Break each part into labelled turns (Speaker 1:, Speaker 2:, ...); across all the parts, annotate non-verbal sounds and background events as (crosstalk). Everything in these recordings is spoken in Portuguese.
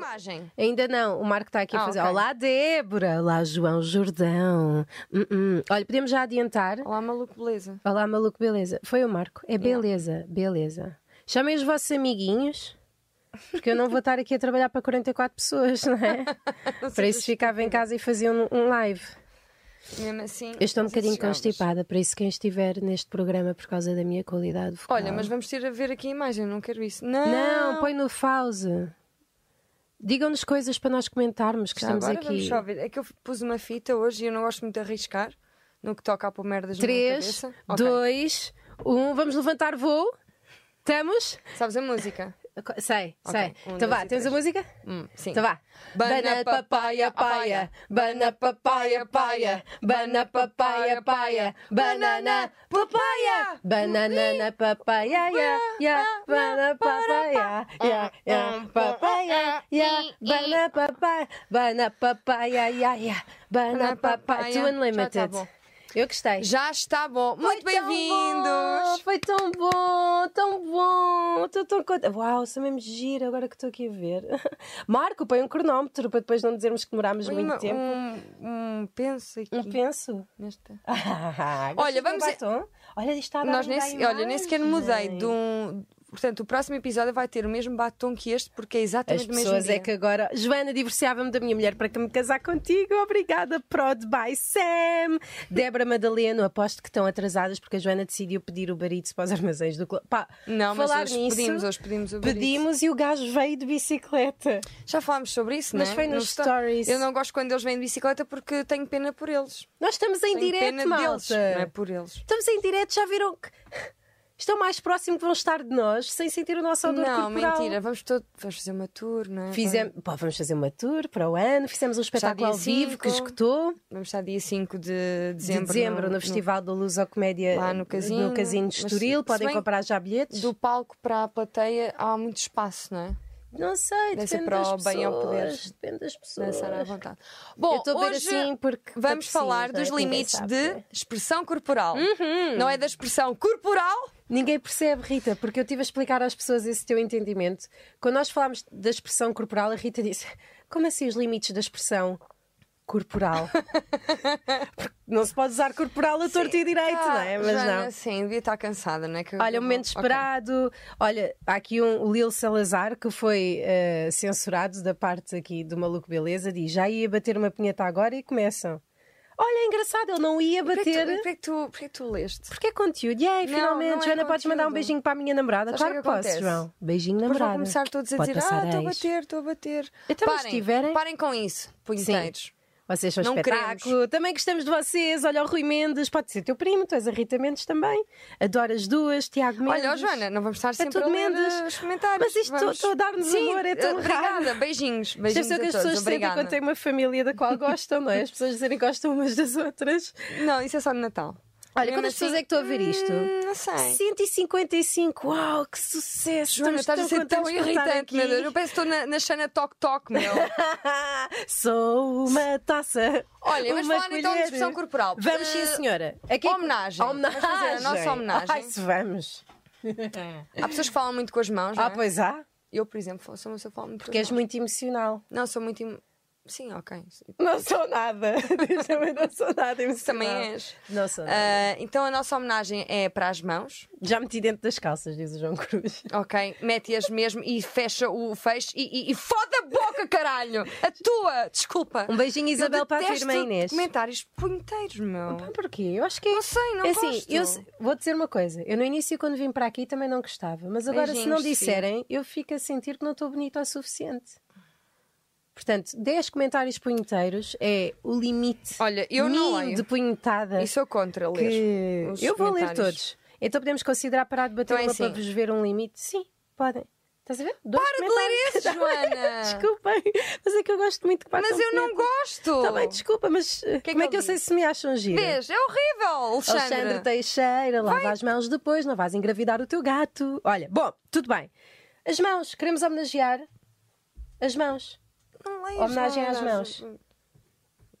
Speaker 1: imagem.
Speaker 2: Ainda não. O Marco está aqui a
Speaker 1: Ah,
Speaker 2: fazer.
Speaker 1: ok.
Speaker 2: Olá, Débora. Olá, João Jordão. Hum, hum. Olha, podemos já adiantar.
Speaker 1: Olá, maluco, beleza. (laughs)
Speaker 2: Olá, maluco, beleza. Foi o Marco. É beleza, beleza. Chamem os vossos amiguinhos, porque eu não vou estar aqui a trabalhar para 44 pessoas,
Speaker 1: (laughs)
Speaker 2: não é? para isso ficava em casa e fazia um, um live.
Speaker 1: Mesmo assim.
Speaker 2: Eu estou um
Speaker 1: nós
Speaker 2: bocadinho
Speaker 1: chegávamos.
Speaker 2: constipada, para isso quem estiver neste programa por causa da minha qualidade vocal.
Speaker 1: Olha, mas vamos ter a ver aqui a imagem, não quero isso. Não,
Speaker 2: Ah. Não, põe no pause. Digam-nos coisas para nós comentarmos que
Speaker 1: Já
Speaker 2: estamos
Speaker 1: agora
Speaker 2: aqui.
Speaker 1: vamos só ver. É que eu pus uma fita hoje e eu não gosto muito de arriscar no que toca a pôr merdas
Speaker 2: Três,
Speaker 1: na minha cabeça. Ok.
Speaker 2: dois, um. Vamos levantar voo. Estamos?
Speaker 1: Sabes a música?
Speaker 2: Sei,
Speaker 1: Ok,
Speaker 2: sei.
Speaker 1: um,
Speaker 2: então
Speaker 1: dois
Speaker 2: vá,
Speaker 1: e
Speaker 2: temos a
Speaker 1: três.
Speaker 2: música?
Speaker 1: Hum, sim.
Speaker 2: Então vá.
Speaker 1: Bana papaya paia, bana papaya paia, bana papaya paia, banana papaya.
Speaker 2: Banana papaya, ya, ya, banana papaya, ya, ya, papaya, ya, banana papaya, banana papaya, ya, ya, banana papaya. To
Speaker 1: Já tá
Speaker 2: Unlimited.
Speaker 1: bom.
Speaker 2: Eu gostei.
Speaker 1: Já está bom. Muito
Speaker 2: Foi tão bom,
Speaker 1: bem-vindos.
Speaker 2: Foi tão bom, tão bom. Estou tão contente. Uau, sou mesmo gira agora que estou aqui a ver. (laughs) Marco, põe um cronómetro para depois não dizermos que demorámos muito
Speaker 1: um,
Speaker 2: tempo.
Speaker 1: Um, um penso aqui.
Speaker 2: Não (laughs) penso.
Speaker 1: nesta.
Speaker 2: Ah, gostas
Speaker 1: Olha,
Speaker 2: do meu
Speaker 1: vamos a-
Speaker 2: batom? Olha, isto está a dar
Speaker 1: Nós nem,
Speaker 2: ainda
Speaker 1: se-
Speaker 2: a
Speaker 1: olha, nem sequer mudei de um. Portanto, o próximo episódio vai ter o mesmo batom que este, porque é exatamente
Speaker 2: As
Speaker 1: o mesmo.
Speaker 2: pessoas é
Speaker 1: dia.
Speaker 2: que agora. Joana, divorciava-me da minha mulher para que me casar contigo. Obrigada, Prod by Sam. Débora Madaleno, aposto que estão atrasadas porque a Joana decidiu pedir o barito para os armazéns do clube. Pá,
Speaker 1: Não, mas
Speaker 2: falar
Speaker 1: hoje
Speaker 2: nisso,
Speaker 1: pedimos, hoje pedimos o Uber Eats.
Speaker 2: Pedimos e o gajo veio de bicicleta.
Speaker 1: Já falámos sobre isso,
Speaker 2: Mas
Speaker 1: não é?
Speaker 2: foi nos
Speaker 1: sto-
Speaker 2: stories.
Speaker 1: Eu não gosto quando eles vêm de bicicleta porque tenho pena por eles.
Speaker 2: Nós estamos
Speaker 1: Tenho
Speaker 2: em
Speaker 1: pena
Speaker 2: direto, malta.
Speaker 1: deles, não é por eles.
Speaker 2: Estamos em direto, já viram que estão mais próximo que vão estar de nós sem sentir o nosso odor
Speaker 1: não,
Speaker 2: corporal.
Speaker 1: mentira, vamos, todo... vamos fazer uma tour, não é?
Speaker 2: Fizemos, pá, vamos fazer uma tour para o ano, fizemos um espetáculo
Speaker 1: dia
Speaker 2: ao vivo
Speaker 1: cinco.
Speaker 2: que escutou
Speaker 1: Vamos estar dia 5 de dezembro,
Speaker 2: de dezembro no,
Speaker 1: no-
Speaker 2: Festival da Luz ao Comédia
Speaker 1: Lá no Casino.
Speaker 2: do Casino de
Speaker 1: Mas
Speaker 2: Estoril.
Speaker 1: se
Speaker 2: Podem
Speaker 1: bem-
Speaker 2: comprar já bilhetes?
Speaker 1: Do palco para a plateia há muito espaço, não é?
Speaker 2: Não sei,
Speaker 1: Deve ser
Speaker 2: depende
Speaker 1: para
Speaker 2: das
Speaker 1: o bem ao poder.
Speaker 2: pessoas. Depende das pessoas.
Speaker 1: Dançar à vontade. Bom,
Speaker 2: Eu estou a ver
Speaker 1: hoje
Speaker 2: assim porque tá
Speaker 1: vamos
Speaker 2: preciso,
Speaker 1: falar
Speaker 2: não é? Uhum.
Speaker 1: dos
Speaker 2: Ninguém
Speaker 1: limites
Speaker 2: sabe, não
Speaker 1: de
Speaker 2: é?
Speaker 1: expressão corporal. Não é da expressão corporal?
Speaker 2: Ninguém percebe, Rita, porque eu estive a explicar às pessoas esse teu entendimento. Quando nós falámos da expressão corporal, a Rita disse: Como assim os limites da expressão
Speaker 1: (laughs)
Speaker 2: corporal? Porque não se pode usar corporal a torto e direito, não é? Mas
Speaker 1: Ah, Joana,
Speaker 2: não.
Speaker 1: Sim, devia estar cansada, não é? Que-
Speaker 2: Olha, o momento
Speaker 1: Ok.
Speaker 2: esperado. Olha, há aqui um o Lil Salazar que foi eh, censurado da parte aqui do Maluco Beleza. Diz: Já ia bater uma punheta agora e começam. Olha, é engraçado, ele não ia
Speaker 1: Porquê que tu-
Speaker 2: bater.
Speaker 1: Porquê que tu, porquê que tu leste?
Speaker 2: Porque é conteúdo. E aí,
Speaker 1: Não,
Speaker 2: finalmente,
Speaker 1: não é
Speaker 2: Joana, podes mandar um
Speaker 1: conteúdo.
Speaker 2: beijinho para a minha namorada?
Speaker 1: Sabes
Speaker 2: claro
Speaker 1: o
Speaker 2: que,
Speaker 1: que
Speaker 2: posso,
Speaker 1: acontece?
Speaker 2: João. Beijinho
Speaker 1: Depois vão
Speaker 2: namorada.
Speaker 1: começar todos a
Speaker 2: Pode
Speaker 1: dizer:
Speaker 2: passar
Speaker 1: Ah, estou a
Speaker 2: ex."
Speaker 1: bater, estou a bater.
Speaker 2: Então, mas se
Speaker 1: parem,
Speaker 2: tiverem-
Speaker 1: parem com isso, punheteiros.
Speaker 2: Vocês são
Speaker 1: Não
Speaker 2: espetáculo.
Speaker 1: queremos.
Speaker 2: Também gostamos de vocês. Olha, o Rui Mendes, pode ser teu primo, tu és a Rita Mendes também. Adoro as duas, Tiago Mendes.
Speaker 1: Olha, ó, Joana, não vamos estar
Speaker 2: É
Speaker 1: sempre
Speaker 2: tudo
Speaker 1: a ler
Speaker 2: Mendes.
Speaker 1: eh, os comentários.
Speaker 2: Mas isto
Speaker 1: Vamos-
Speaker 2: estou a dar-nos
Speaker 1: Sim,
Speaker 2: amor, é
Speaker 1: eh,
Speaker 2: tão raro.
Speaker 1: Obrigada, beijinhos.
Speaker 2: Deve
Speaker 1: Beijinhos
Speaker 2: ser o que
Speaker 1: a
Speaker 2: as
Speaker 1: todos.
Speaker 2: pessoas sentem
Speaker 1: Obrigada.
Speaker 2: quando têm uma família da qual gostam, não é? As pessoas dizerem que gostam umas das outras.
Speaker 1: Não, isso é só no Natal.
Speaker 2: Olha,
Speaker 1: Mesmo
Speaker 2: quantas pessoas
Speaker 1: assim,
Speaker 2: é que estou a ver isto?
Speaker 1: hum, não sei.
Speaker 2: 155, uau, que sucesso!
Speaker 1: Joana, estás
Speaker 2: Estamos
Speaker 1: a ser tão
Speaker 2: contentes por estar
Speaker 1: irritante,
Speaker 2: aqui.
Speaker 1: meu Deus. Eu penso que estou na, na Xana Tok Tok, meu.
Speaker 2: (laughs) Sou uma taça.
Speaker 1: Olha, vamos
Speaker 2: uma
Speaker 1: falar então de
Speaker 2: colher.
Speaker 1: expressão corporal.
Speaker 2: Vamos, sim,
Speaker 1: Eh,
Speaker 2: senhora. A que é que-
Speaker 1: homenagem.
Speaker 2: Homenagem.
Speaker 1: Vamos fazer a nossa homenagem.
Speaker 2: Ai, se vamos.
Speaker 1: Há pessoas que falam muito com as mãos,
Speaker 2: Ah,
Speaker 1: não é?
Speaker 2: pois há.
Speaker 1: Eu, por exemplo, falo- sou uma pessoa que fala muito
Speaker 2: Porque
Speaker 1: com
Speaker 2: és
Speaker 1: as mãos.
Speaker 2: muito emocional.
Speaker 1: Não, sou muito... im- Sim, ok.
Speaker 2: Não sou nada. (laughs) Eu também não sou nada
Speaker 1: Também
Speaker 2: emocional.
Speaker 1: é. és.
Speaker 2: Não sou nada.
Speaker 1: Ah, então a nossa homenagem é para as mãos,
Speaker 2: Já meti dentro das calças, diz o João Cruz.
Speaker 1: ok? Mete-as mesmo e fecha o fecho e, e, e foda a boca, caralho! A tua! Desculpa!
Speaker 2: Um beijinho,
Speaker 1: Eu
Speaker 2: Isabel, para a tua
Speaker 1: detesto
Speaker 2: irmã Inês.
Speaker 1: Comentários punheteiros, meu.
Speaker 2: Pá, porquê? Eu acho que é.
Speaker 1: Não sei, não
Speaker 2: é assim,
Speaker 1: gosto.
Speaker 2: eu se- vou dizer uma coisa. Eu no início, quando vim para aqui, também não gostava. Mas agora, se
Speaker 1: Beijinhos,
Speaker 2: não disserem, eu fico a sentir que não estou bonita o suficiente. Portanto, 10 comentários punheteiros é o limite
Speaker 1: Olha, eu não
Speaker 2: mínimo
Speaker 1: leio.
Speaker 2: de punhetada.
Speaker 1: E sou contra ler.
Speaker 2: que...
Speaker 1: os
Speaker 2: Eu vou ler
Speaker 1: comentários.
Speaker 2: todos. Então podemos considerar parar de bater
Speaker 1: Então é
Speaker 2: uma para
Speaker 1: assim.
Speaker 2: vos ver um limite? Sim, podem. Estás a ver? Dois
Speaker 1: Para de ler
Speaker 2: comentários. (laughs)
Speaker 1: esse, Joana!
Speaker 2: Desculpem, mas é que eu gosto muito que
Speaker 1: Mas
Speaker 2: partam
Speaker 1: eu não
Speaker 2: punheta.
Speaker 1: gosto!
Speaker 2: Tá bem, desculpa, mas eh,
Speaker 1: que é
Speaker 2: como é
Speaker 1: que
Speaker 2: que
Speaker 1: ele
Speaker 2: eu sei se me acham gira?
Speaker 1: Vês? É horrível, Alexandre!
Speaker 2: Alexandre Teixeira, lava as mãos depois, não vais engravidar o teu gato. Olha, bom, tudo bem. As mãos, queremos homenagear as mãos.
Speaker 1: Não leio,
Speaker 2: Homenagem às
Speaker 1: Joana.
Speaker 2: mãos.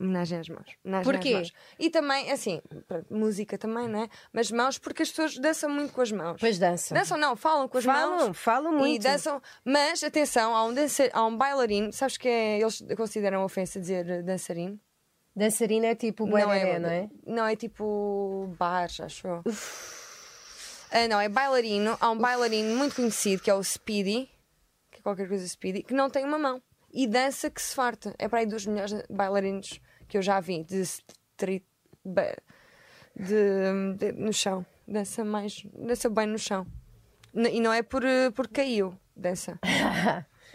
Speaker 1: Homenagem às mãos. Homenagem
Speaker 2: Porquê?
Speaker 1: Às mãos. E também, assim, pronto, música também, né? Mas mãos, porque as pessoas dançam muito com as mãos.
Speaker 2: Pois dançam.
Speaker 1: Dançam não, falam com as
Speaker 2: Falam,
Speaker 1: mãos.
Speaker 2: falam
Speaker 1: E
Speaker 2: muito.
Speaker 1: dançam, mas atenção, há um, dança, há um bailarino, sabes que é- eles consideram ofensa dizer eh, dançarino?
Speaker 2: Dançarina é tipo o boereré, não é?
Speaker 1: Não, é tipo bar, acho eu. Ah, não, é bailarino. Há um bailarino muito conhecido que é o Speedy, que é qualquer coisa Speedy, que não tem uma mão e dança que se farta. É para aí dos melhores bailarinos que eu já vi de street. ba- de, de- no chão. Dança mais. dança bem no chão. N- E não é por, eh, por caiu, dança.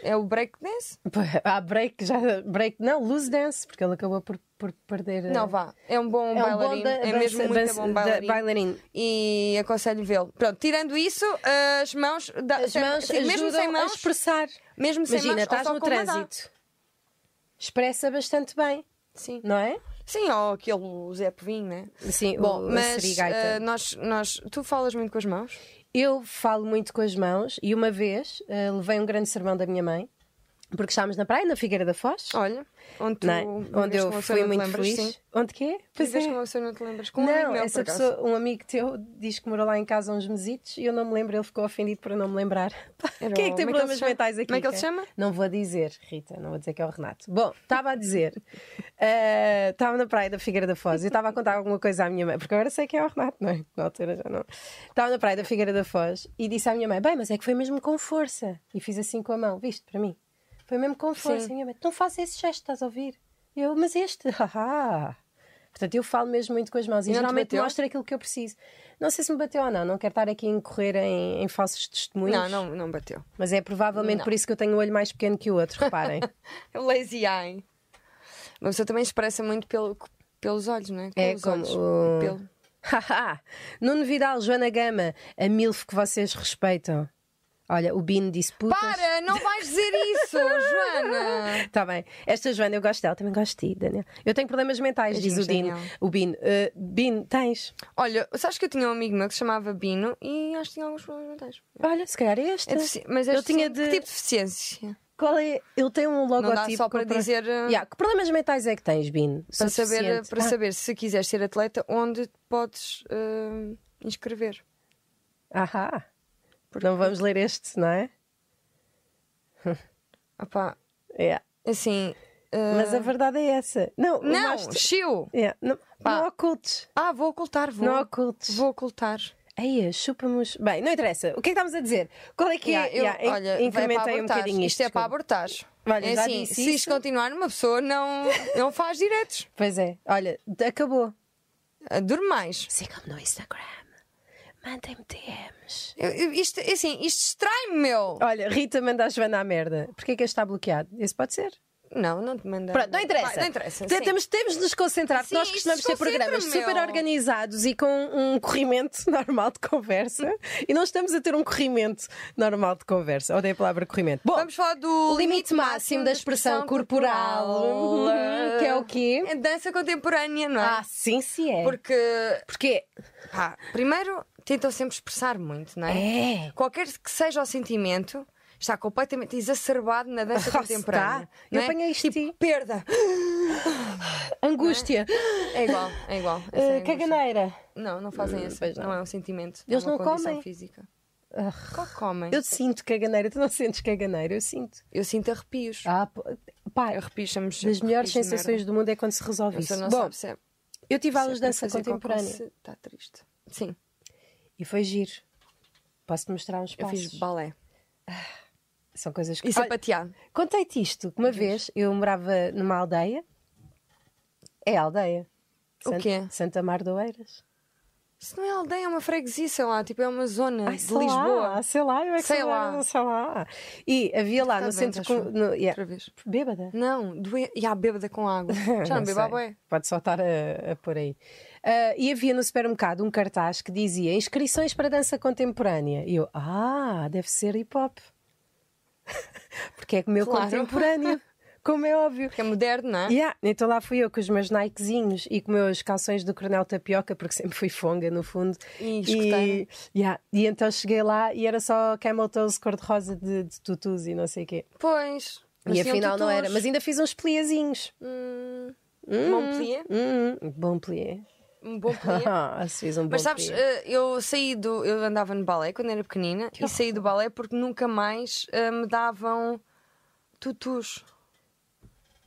Speaker 1: É o break dance?
Speaker 2: (laughs) Há break, já. Break, não, loose dance, porque ele acabou por, por perder. eh,
Speaker 1: Não, vá. É um bom
Speaker 2: É um
Speaker 1: bailarino.
Speaker 2: bom da-
Speaker 1: é
Speaker 2: dança-
Speaker 1: mesmo muito
Speaker 2: dança-
Speaker 1: bom
Speaker 2: da-
Speaker 1: bailarino.
Speaker 2: bailarino.
Speaker 1: E aconselho vê-lo. Pronto, tirando isso, as mãos. da-
Speaker 2: As
Speaker 1: sem-
Speaker 2: mãos
Speaker 1: Ah, sim, mesmo
Speaker 2: ajudam
Speaker 1: sem
Speaker 2: a
Speaker 1: mãos.
Speaker 2: expressar.
Speaker 1: Mesmo sem
Speaker 2: Imagina,
Speaker 1: mãos, ou
Speaker 2: estás
Speaker 1: só
Speaker 2: no
Speaker 1: com uma dá.
Speaker 2: trânsito. Expressa bastante bem,
Speaker 1: Sim.
Speaker 2: não é?
Speaker 1: Sim, ou aquele Zé Povinho, né?
Speaker 2: Sim,
Speaker 1: Bom,
Speaker 2: o, a
Speaker 1: mas
Speaker 2: serigaita.
Speaker 1: ah, nós, nós. Tu falas muito com as mãos?
Speaker 2: Eu falo muito com as mãos e uma vez eh, levei um grande sermão da minha mãe, porque estávamos na praia, na Figueira da Foz,
Speaker 1: Olha, onde Oh, tu.
Speaker 2: não é? onde
Speaker 1: vives
Speaker 2: eu
Speaker 1: com uma pessoa
Speaker 2: fui
Speaker 1: não te
Speaker 2: muito
Speaker 1: lembras,
Speaker 2: feliz.
Speaker 1: Sim.
Speaker 2: Onde que é?
Speaker 1: Tu
Speaker 2: Pois
Speaker 1: vives
Speaker 2: é.
Speaker 1: com uma pessoa não te lembras. Com um amigo
Speaker 2: Não,
Speaker 1: meu,
Speaker 2: essa
Speaker 1: por acaso.
Speaker 2: pessoa, um amigo teu diz que morou lá em casa uns mesitos e eu não me lembro, ele ficou ofendido por eu não me lembrar.
Speaker 1: Era
Speaker 2: Quem é
Speaker 1: o-
Speaker 2: que tem
Speaker 1: como é que ele se
Speaker 2: problemas
Speaker 1: chama?
Speaker 2: mentais aqui?
Speaker 1: Como é que ele se
Speaker 2: cara?
Speaker 1: chama?
Speaker 2: Não vou dizer, Rita, não vou dizer que é o Renato. Bom, estava a dizer, (laughs) eh, estava na praia da Figueira da Foz e eu estava a contar alguma coisa à minha mãe, porque agora sei que é o Renato, não é? Na altura já não. Estava na praia da Figueira da Foz e disse à minha mãe: Bem, mas é que foi mesmo com força. E fiz assim com a mão, viste, para mim. Foi mesmo com
Speaker 1: Sim.
Speaker 2: força. E a minha mãe: Não faça esse gesto, estás a ouvir? Eu, mas este, (laughs) haha. Portanto, eu falo mesmo muito com as mãos e,
Speaker 1: E não te
Speaker 2: geralmente
Speaker 1: bateu?
Speaker 2: mostro aquilo que eu preciso. Não sei se me bateu ou não, não quero estar aqui a incorrer em, em falsos testemunhos.
Speaker 1: Não, não, não bateu.
Speaker 2: Mas é provavelmente
Speaker 1: Não.
Speaker 2: por isso que eu tenho o olho mais pequeno que o outro, reparem.
Speaker 1: (laughs) Lazy eye. Uma pessoa também expressa muito pelo, pelos olhos, não é? Com
Speaker 2: É
Speaker 1: os
Speaker 2: como
Speaker 1: olhos.
Speaker 2: o-
Speaker 1: Pelo.
Speaker 2: Haha! Nuno Vidal, Joana Gama, a MILF que vocês respeitam. Olha, o Bino disse putas.
Speaker 1: Para, não vais dizer
Speaker 2: (laughs)
Speaker 1: isso, Joana!
Speaker 2: Está Tá bem. Esta Joana, eu gosto dela, também gosto de ti, Daniel. Eu tenho problemas mentais, diz
Speaker 1: Beijinhos,
Speaker 2: o Dino.
Speaker 1: Daniel.
Speaker 2: O Bino. Uh, Bino, tens?
Speaker 1: Olha, sabes que eu tinha um amigo meu que se chamava Bino e acho que tinha alguns problemas mentais.
Speaker 2: Olha, se calhar é este.
Speaker 1: É defici- Mas
Speaker 2: eu
Speaker 1: és
Speaker 2: tinha
Speaker 1: deficiente.
Speaker 2: de.
Speaker 1: Que tipo de deficiência?
Speaker 2: Qual é? Ele tem um logotipo.
Speaker 1: só para
Speaker 2: com pro-
Speaker 1: dizer, eh,
Speaker 2: Yeah, Que problemas mentais é que tens, Bino?
Speaker 1: Para, saber,
Speaker 2: Suficiente.
Speaker 1: para
Speaker 2: Ah,
Speaker 1: saber se quiseres ser atleta, onde te podes eh, inscrever.
Speaker 2: Ahá! Não vamos ler este, não é?
Speaker 1: Opá,
Speaker 2: Yeah.
Speaker 1: assim. eh,
Speaker 2: Mas a verdade é essa. Não, o
Speaker 1: Não,
Speaker 2: mais-
Speaker 1: chiu!
Speaker 2: Yeah, É, Não,
Speaker 1: Pá.
Speaker 2: não ocultes.
Speaker 1: Ah, vou ocultar, vou.
Speaker 2: Não ocultes.
Speaker 1: Vou ocultar.
Speaker 2: Aí, chupa-mos. Bem, não interessa. O que é que estamos a dizer? Qual é que
Speaker 1: Yeah,
Speaker 2: é?
Speaker 1: eu-
Speaker 2: Yeah, in-
Speaker 1: olha, é para
Speaker 2: incrementei um
Speaker 1: abortar.
Speaker 2: bocadinho isto.
Speaker 1: Isto é para
Speaker 2: desculpa.
Speaker 1: abortar.
Speaker 2: Olha,
Speaker 1: é
Speaker 2: já
Speaker 1: assim,
Speaker 2: disse
Speaker 1: se
Speaker 2: isso.
Speaker 1: isto continuar, uma pessoa não, não faz diretos.
Speaker 2: Pois é. Olha, acabou.
Speaker 1: Dure mais.
Speaker 2: Sigam-me no Instagram. Mandem-me DMs.
Speaker 1: Eu- eu- Isto, é assim, isto distrai-me, meu.
Speaker 2: Olha, Rita manda a Joana à merda. Porquê que este está bloqueado? Esse pode ser.
Speaker 1: Não, não te mandei.
Speaker 2: Pronto, não interessa.
Speaker 1: Vai, não interessa.
Speaker 2: Te-
Speaker 1: sim.
Speaker 2: Temos, temos de nos concentrar, porque
Speaker 1: Sim,
Speaker 2: nós
Speaker 1: isto
Speaker 2: costumamos ter programas
Speaker 1: desconcentra-me,
Speaker 2: super
Speaker 1: meu.
Speaker 2: organizados e com um corrimento (laughs) normal de conversa. e não estamos a ter um corrimento normal de conversa. Odeio a palavra corrimento. Bom,
Speaker 1: Vamos falar do
Speaker 2: O limite máximo da expressão corporal, Uhum, que é o quê?
Speaker 1: É dança contemporânea, não é?
Speaker 2: Ah, sim, se é.
Speaker 1: Porque,
Speaker 2: Porquê?
Speaker 1: pá, primeiro tentam sempre expressar muito, não é?
Speaker 2: É.
Speaker 1: Qualquer que seja o sentimento, está completamente exacerbado na
Speaker 2: (laughs)
Speaker 1: dança
Speaker 2: Ah,
Speaker 1: contemporânea.
Speaker 2: está.
Speaker 1: não
Speaker 2: Eu apanhei isto.
Speaker 1: Tipo, perda.
Speaker 2: (laughs) Angústia.
Speaker 1: É igual, é
Speaker 2: (laughs)
Speaker 1: igual. Essa é a
Speaker 2: Ah,
Speaker 1: angústia.
Speaker 2: caganeira.
Speaker 1: Não, não fazem isso.
Speaker 2: pois não.
Speaker 1: não. é um sentimento.
Speaker 2: Eles
Speaker 1: é uma
Speaker 2: não
Speaker 1: condição
Speaker 2: comem?
Speaker 1: física.
Speaker 2: Ah,
Speaker 1: Qual comem? Eu,
Speaker 2: Eu sinto caganeira. Tu não sentes caganeira? Eu sinto.
Speaker 1: sinto arrepios.
Speaker 2: Ah, pô, pá,
Speaker 1: Arrepios, chamamos
Speaker 2: das melhores
Speaker 1: arrepios de
Speaker 2: sensações
Speaker 1: merda.
Speaker 2: do mundo é quando se resolve
Speaker 1: A pessoa não
Speaker 2: isso. Bom,
Speaker 1: sabe se é-
Speaker 2: eu tive aulas
Speaker 1: se
Speaker 2: de
Speaker 1: é
Speaker 2: dança
Speaker 1: para fazer cocô,
Speaker 2: contemporânea
Speaker 1: se Está tá triste. Sim,
Speaker 2: e foi giro. Posso-te mostrar uns
Speaker 1: eu
Speaker 2: passos?
Speaker 1: fiz balé. Ah,
Speaker 2: São coisas que.
Speaker 1: E
Speaker 2: Olha,
Speaker 1: sapateado.
Speaker 2: Contei-te isto que uma vez eu morava numa aldeia. É a aldeia.
Speaker 1: O
Speaker 2: Sant-
Speaker 1: quê?
Speaker 2: Santa Mar de Oeiras.
Speaker 1: Isso não é aldeia, é uma freguesia, sei lá. Tipo, é uma zona
Speaker 2: Ai,
Speaker 1: de
Speaker 2: sei
Speaker 1: Lisboa.
Speaker 2: Lá, sei lá, eu é que
Speaker 1: Sei
Speaker 2: sei
Speaker 1: lá.
Speaker 2: lá. sei lá. E havia lá
Speaker 1: Está
Speaker 2: no
Speaker 1: bem,
Speaker 2: centro.
Speaker 1: estás
Speaker 2: com-
Speaker 1: só-
Speaker 2: no- yeah.
Speaker 1: Ah, Outra vez.
Speaker 2: Bêbada.
Speaker 1: Não, doe... e há bêbada com
Speaker 2: (laughs)
Speaker 1: água. Já não bebo
Speaker 2: sei.
Speaker 1: à boé.
Speaker 2: Pode só estar a, a pôr aí. Ah, e havia no supermercado um cartaz que dizia inscrições para dança contemporânea. E eu, ah, deve ser hip hop. (laughs) Porque é meu
Speaker 1: Claro. (laughs)
Speaker 2: contemporâneo, como é óbvio.
Speaker 1: Porque é moderno, não é?
Speaker 2: Yeah, então lá fui eu com os meus Nikezinhos e com os meus calções do Coronel Tapioca, porque (laughs) sempre fui fonga no fundo.
Speaker 1: E
Speaker 2: e,
Speaker 1: escoteira.
Speaker 2: yeah, e então cheguei lá e era só camel toes cor-de-rosa de, de tutus e não sei o quê.
Speaker 1: Pois. mas
Speaker 2: e
Speaker 1: tinham
Speaker 2: afinal não
Speaker 1: tutores.
Speaker 2: era, mas ainda fiz uns pliazinhos.
Speaker 1: Hum, Montpellier.
Speaker 2: Hum, bom plié.
Speaker 1: Um bom plié.
Speaker 2: (laughs) Ah, se fiz um bom
Speaker 1: (laughs) Mas sabes,
Speaker 2: plié.
Speaker 1: eh, eu saí do. Eu andava no balé quando era pequenina e saí do balé porque nunca mais eh, me davam tutus.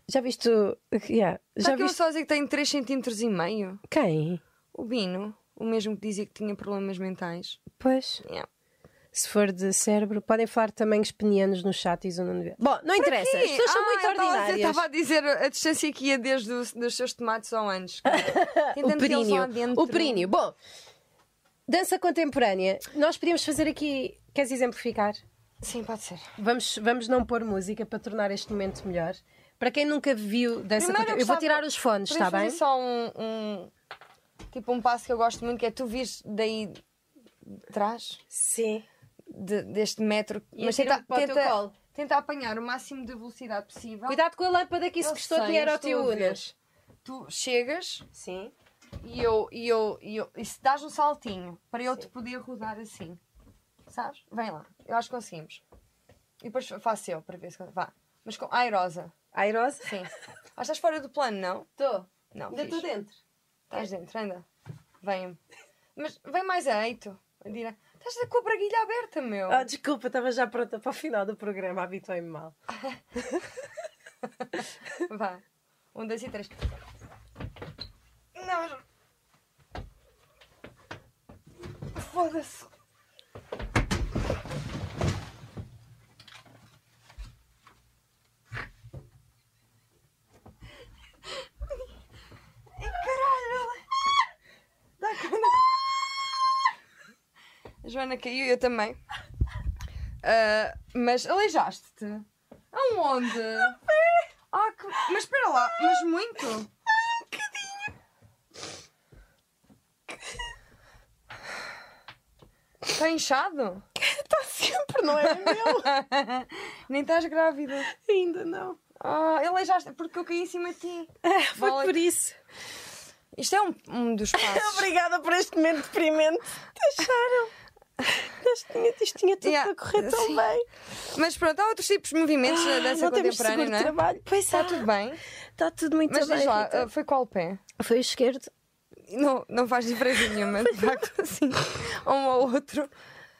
Speaker 2: Já viste. o- Yeah, já
Speaker 1: Já que eu
Speaker 2: viste.
Speaker 1: só dizer que tenho 3 centímetros e meio?
Speaker 2: Quem?
Speaker 1: O Bino, o mesmo que dizia que tinha problemas mentais.
Speaker 2: Pois.
Speaker 1: Yeah.
Speaker 2: Se for de cérebro, podem falar tamanhos penianos no chat e isso eu não vê. Bom, não interessa. As pessoas são
Speaker 1: Ah, eu
Speaker 2: muito
Speaker 1: tava a dizer-
Speaker 2: ordinárias.
Speaker 1: Estava a dizer a distância que ia desde os dos seus tomates ao é anos.
Speaker 2: (laughs) o períneo. O períneo. Bom, dança contemporânea. Nós podíamos fazer aqui. Queres exemplificar?
Speaker 1: Sim, pode ser.
Speaker 2: Vamos, vamos não pôr música para tornar este momento melhor. Para quem nunca viu dança
Speaker 1: Primeiro
Speaker 2: contemporânea. Eu vou
Speaker 1: gostava-
Speaker 2: tirar os fones, está
Speaker 1: Podemos fazer
Speaker 2: bem?
Speaker 1: só um, um- Tipo um passo que eu gosto muito, que é tu vires daí de trás,
Speaker 2: Sim.
Speaker 1: de- deste metro.
Speaker 2: E atira-me para o teu colo.
Speaker 1: tenta apanhar o máximo de velocidade possível.
Speaker 2: Cuidado com a lâmpada que isso
Speaker 1: Eu
Speaker 2: custou
Speaker 1: sei,
Speaker 2: dinheiro
Speaker 1: eu
Speaker 2: ao
Speaker 1: estou
Speaker 2: teu
Speaker 1: a ver.
Speaker 2: Unas.
Speaker 1: Tu chegas
Speaker 2: Sim.
Speaker 1: e eu, e eu, e eu. E se dás um saltinho para eu te poder rodar assim, sabes? Vem lá, eu acho que conseguimos. E depois faço eu para ver se. Vá. Mas com. Ai, Rosa.
Speaker 2: Airosa? (laughs)
Speaker 1: Sim. Ah, estás fora do plano, não?
Speaker 2: Estou.
Speaker 1: Não.
Speaker 2: Ainda
Speaker 1: fixe.
Speaker 2: estou dentro.
Speaker 1: Estás dentro, anda. Vem-me. Mas vem mais a eito. Dira, estás com a braguilha aberta, meu.
Speaker 2: Ah, desculpa, estava já pronta para o final do programa, habituei-me mal.
Speaker 1: Vá. Um, dois e três. Não, mas... Foda-se. Ai, Caralho! Dá cana. A Joana caiu, eu também. Ah, mas aleijaste-te. Aonde? Ah, que... Mas espera lá, mas muito. Um bocadinho.
Speaker 2: Ah,
Speaker 1: Está Tá inchado? Tá
Speaker 2: Está sempre, não é meu?
Speaker 1: Nem estás grávida.
Speaker 2: (laughs) Ainda não.
Speaker 1: Ah, aleijaste porque eu caí em cima de ti.
Speaker 2: É, Foi
Speaker 1: Vale.
Speaker 2: por isso.
Speaker 1: Isto é um, um
Speaker 2: (laughs)
Speaker 1: dos passos.
Speaker 2: Obrigada por este momento deprimente. Deixaram. Isto tinha, isto tinha tudo
Speaker 1: Yeah,
Speaker 2: a correr tão
Speaker 1: sim.
Speaker 2: bem.
Speaker 1: mas pronto, há outros tipos de movimentos da dança
Speaker 2: Ah, não temos seguro
Speaker 1: contemporânea,
Speaker 2: de
Speaker 1: não é?
Speaker 2: trabalho. Pois
Speaker 1: Está tudo bem.
Speaker 2: Está tudo muito
Speaker 1: Mas
Speaker 2: bem.
Speaker 1: diz lá,
Speaker 2: Rita.
Speaker 1: ah, foi qual pé?
Speaker 2: Foi o esquerdo.
Speaker 1: Não, não faz diferença nenhuma, de
Speaker 2: (laughs)
Speaker 1: facto, assim. Um ou outro.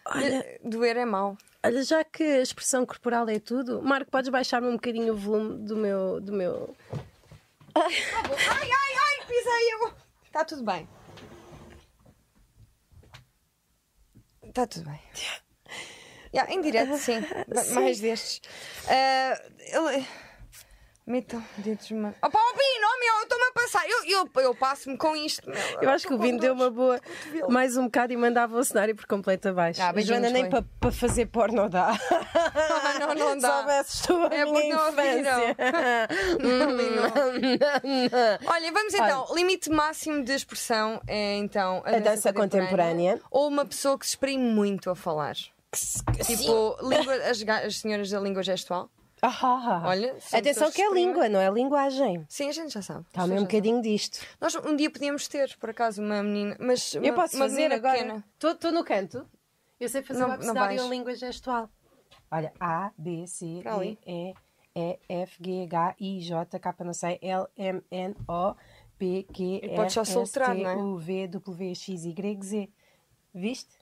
Speaker 2: Olha,
Speaker 1: Doer é mau.
Speaker 2: olha, já que a expressão corporal é tudo, Marco, podes baixar-me um bocadinho o volume do meu. Do meu...
Speaker 1: Ai, ai, ai, pisei eu. Está tudo bem. Está Tá tudo bem. Yeah, em direto,
Speaker 2: (laughs)
Speaker 1: sim.
Speaker 2: Sim.
Speaker 1: Mais destes. Ah, ele... Metam dedos ma- Opa, o Bino, oh, meu, eu estou-me a passar. Eu, eu, eu passo-me com isto. meu.
Speaker 2: Eu acho que o
Speaker 1: Estou com
Speaker 2: Bino deu
Speaker 1: dores.
Speaker 2: uma boa.
Speaker 1: cotovelo.
Speaker 2: Mais um bocado e mandava o cenário por completo abaixo.
Speaker 1: Ah,
Speaker 2: A
Speaker 1: beijinhos,
Speaker 2: Joana, nem
Speaker 1: Rui.
Speaker 2: para fazer porno dá.
Speaker 1: (laughs)
Speaker 2: (laughs)
Speaker 1: não, não dá.
Speaker 2: Se soubesses tu a
Speaker 1: É porque
Speaker 2: minha
Speaker 1: não
Speaker 2: infância.
Speaker 1: (laughs) (laughs) Não, Bino. Olha, vamos então. Limite máximo de expressão é então a,
Speaker 2: A dança contemporânea.
Speaker 1: Ou uma pessoa que se exprime muito a falar. Tipo, língua- as, ga- as senhoras da língua gestual.
Speaker 2: Ah, ah, ah.
Speaker 1: Olha, são
Speaker 2: Atenção
Speaker 1: pessoas
Speaker 2: que é
Speaker 1: extremamente-
Speaker 2: língua, não é linguagem.
Speaker 1: Sim, a gente já sabe.
Speaker 2: Está
Speaker 1: As
Speaker 2: um
Speaker 1: pessoas já
Speaker 2: bocadinho disto.
Speaker 1: sabem. Nós um dia podíamos ter, por acaso, uma menina. Mas uma,
Speaker 2: Eu posso
Speaker 1: uma
Speaker 2: fazer
Speaker 1: menina
Speaker 2: agora.
Speaker 1: pequena.
Speaker 2: Estou no canto. Eu sei fazer
Speaker 1: Não-
Speaker 2: o
Speaker 1: não
Speaker 2: abecedário
Speaker 1: vais.
Speaker 2: em língua gestual. Olha, A, B, C,
Speaker 1: Para ali.
Speaker 2: D, E, E, F, G, H, I, J, K, não sei, L, M, N, O, P, Q,
Speaker 1: E
Speaker 2: R,
Speaker 1: podes só
Speaker 2: S, T,
Speaker 1: soltar, não é?
Speaker 2: U, V, W, X, Y, Z. Viste?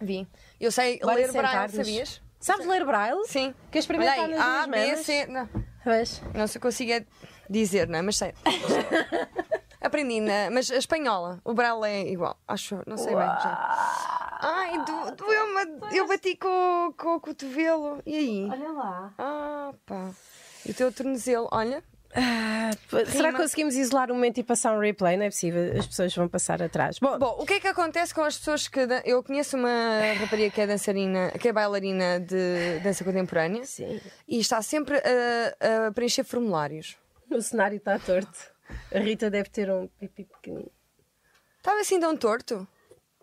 Speaker 1: Vi. Eu sei
Speaker 2: Bora
Speaker 1: ler braille,
Speaker 2: sentar-nos.
Speaker 1: sabias?
Speaker 2: Sabes ler braille?
Speaker 1: Sim.
Speaker 2: Queres
Speaker 1: Olha
Speaker 2: experimentar
Speaker 1: aí,
Speaker 2: nas
Speaker 1: A,
Speaker 2: minhas
Speaker 1: B,
Speaker 2: mamas?
Speaker 1: C. Não,
Speaker 2: Vês?
Speaker 1: não se eu consigo é dizer, não é? Mas
Speaker 2: (laughs)
Speaker 1: sei. Aprendi, na, mas a espanhola, o braille é igual, acho, eu, não sei bem. Já. Ai, do, doeu-me, eu bati com, o- com o cotovelo. E aí?
Speaker 2: Olha lá.
Speaker 1: Ah, pá. E o teu tornozelo, olha. Ah,
Speaker 2: Será que conseguimos isolar um momento e passar um replay? Não é possível, as pessoas vão passar atrás. Bom,
Speaker 1: Bom, o que é que acontece com as pessoas que. dan- Eu conheço uma rapariga que é dançarina, que é bailarina de dança contemporânea
Speaker 2: Sim.
Speaker 1: e está sempre a, a preencher formulários.
Speaker 2: o cenário está torto. A Rita deve ter um pipi pequenino.
Speaker 1: Estava assim tão torto.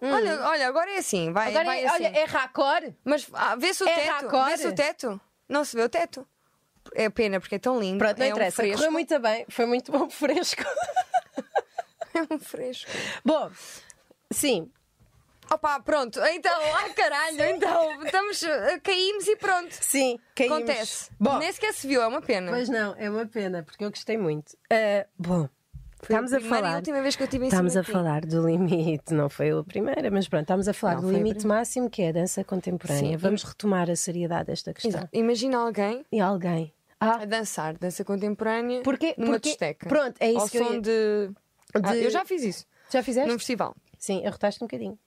Speaker 1: Olha, olha, agora é assim, vai,
Speaker 2: Hum. Agora,
Speaker 1: vai
Speaker 2: é-
Speaker 1: assim.
Speaker 2: olha, é racor?
Speaker 1: Mas ah, vê-se o
Speaker 2: É
Speaker 1: teto,
Speaker 2: raccord.
Speaker 1: vê-se o teto. Não se vê o teto. É pena, porque é tão lindo.
Speaker 2: Pronto, não
Speaker 1: é
Speaker 2: interessa.
Speaker 1: Um fresco.
Speaker 2: Correu muito bem. Foi muito bom (laughs) fresco.
Speaker 1: (laughs) É um fresco.
Speaker 2: bom, sim.
Speaker 1: Opa, pronto, então,
Speaker 2: (laughs)
Speaker 1: ai caralho, então, estamos, eh, caímos e pronto.
Speaker 2: Sim, Ah, caímos.
Speaker 1: Acontece.
Speaker 2: Bom,
Speaker 1: Nem sequer se viu, é uma pena.
Speaker 2: Mas não, é uma pena, porque eu gostei muito. Ah, bom,
Speaker 1: Foi
Speaker 2: Estamos a
Speaker 1: a primeira e
Speaker 2: falar.
Speaker 1: última vez que eu tive em
Speaker 2: Estamos
Speaker 1: cima
Speaker 2: a
Speaker 1: de ti.
Speaker 2: falar do limite, não foi a primeira, mas pronto, estamos a falar
Speaker 1: Não
Speaker 2: do
Speaker 1: foi a
Speaker 2: limite máximo que é a dança contemporânea.
Speaker 1: Sim,
Speaker 2: Vamos retomar a seriedade desta questão.
Speaker 1: Exato. Então, Imagina alguém
Speaker 2: E alguém? Ah,
Speaker 1: a dançar dança contemporânea
Speaker 2: Porque-
Speaker 1: numa
Speaker 2: porque-
Speaker 1: discoteca.
Speaker 2: pronto, é isso
Speaker 1: Ao
Speaker 2: que eu
Speaker 1: som
Speaker 2: ia-
Speaker 1: de... Ah,
Speaker 2: de-
Speaker 1: eu já fiz isso.
Speaker 2: já fizeste?
Speaker 1: Num festival.
Speaker 2: Sim, arrotaste um bocadinho.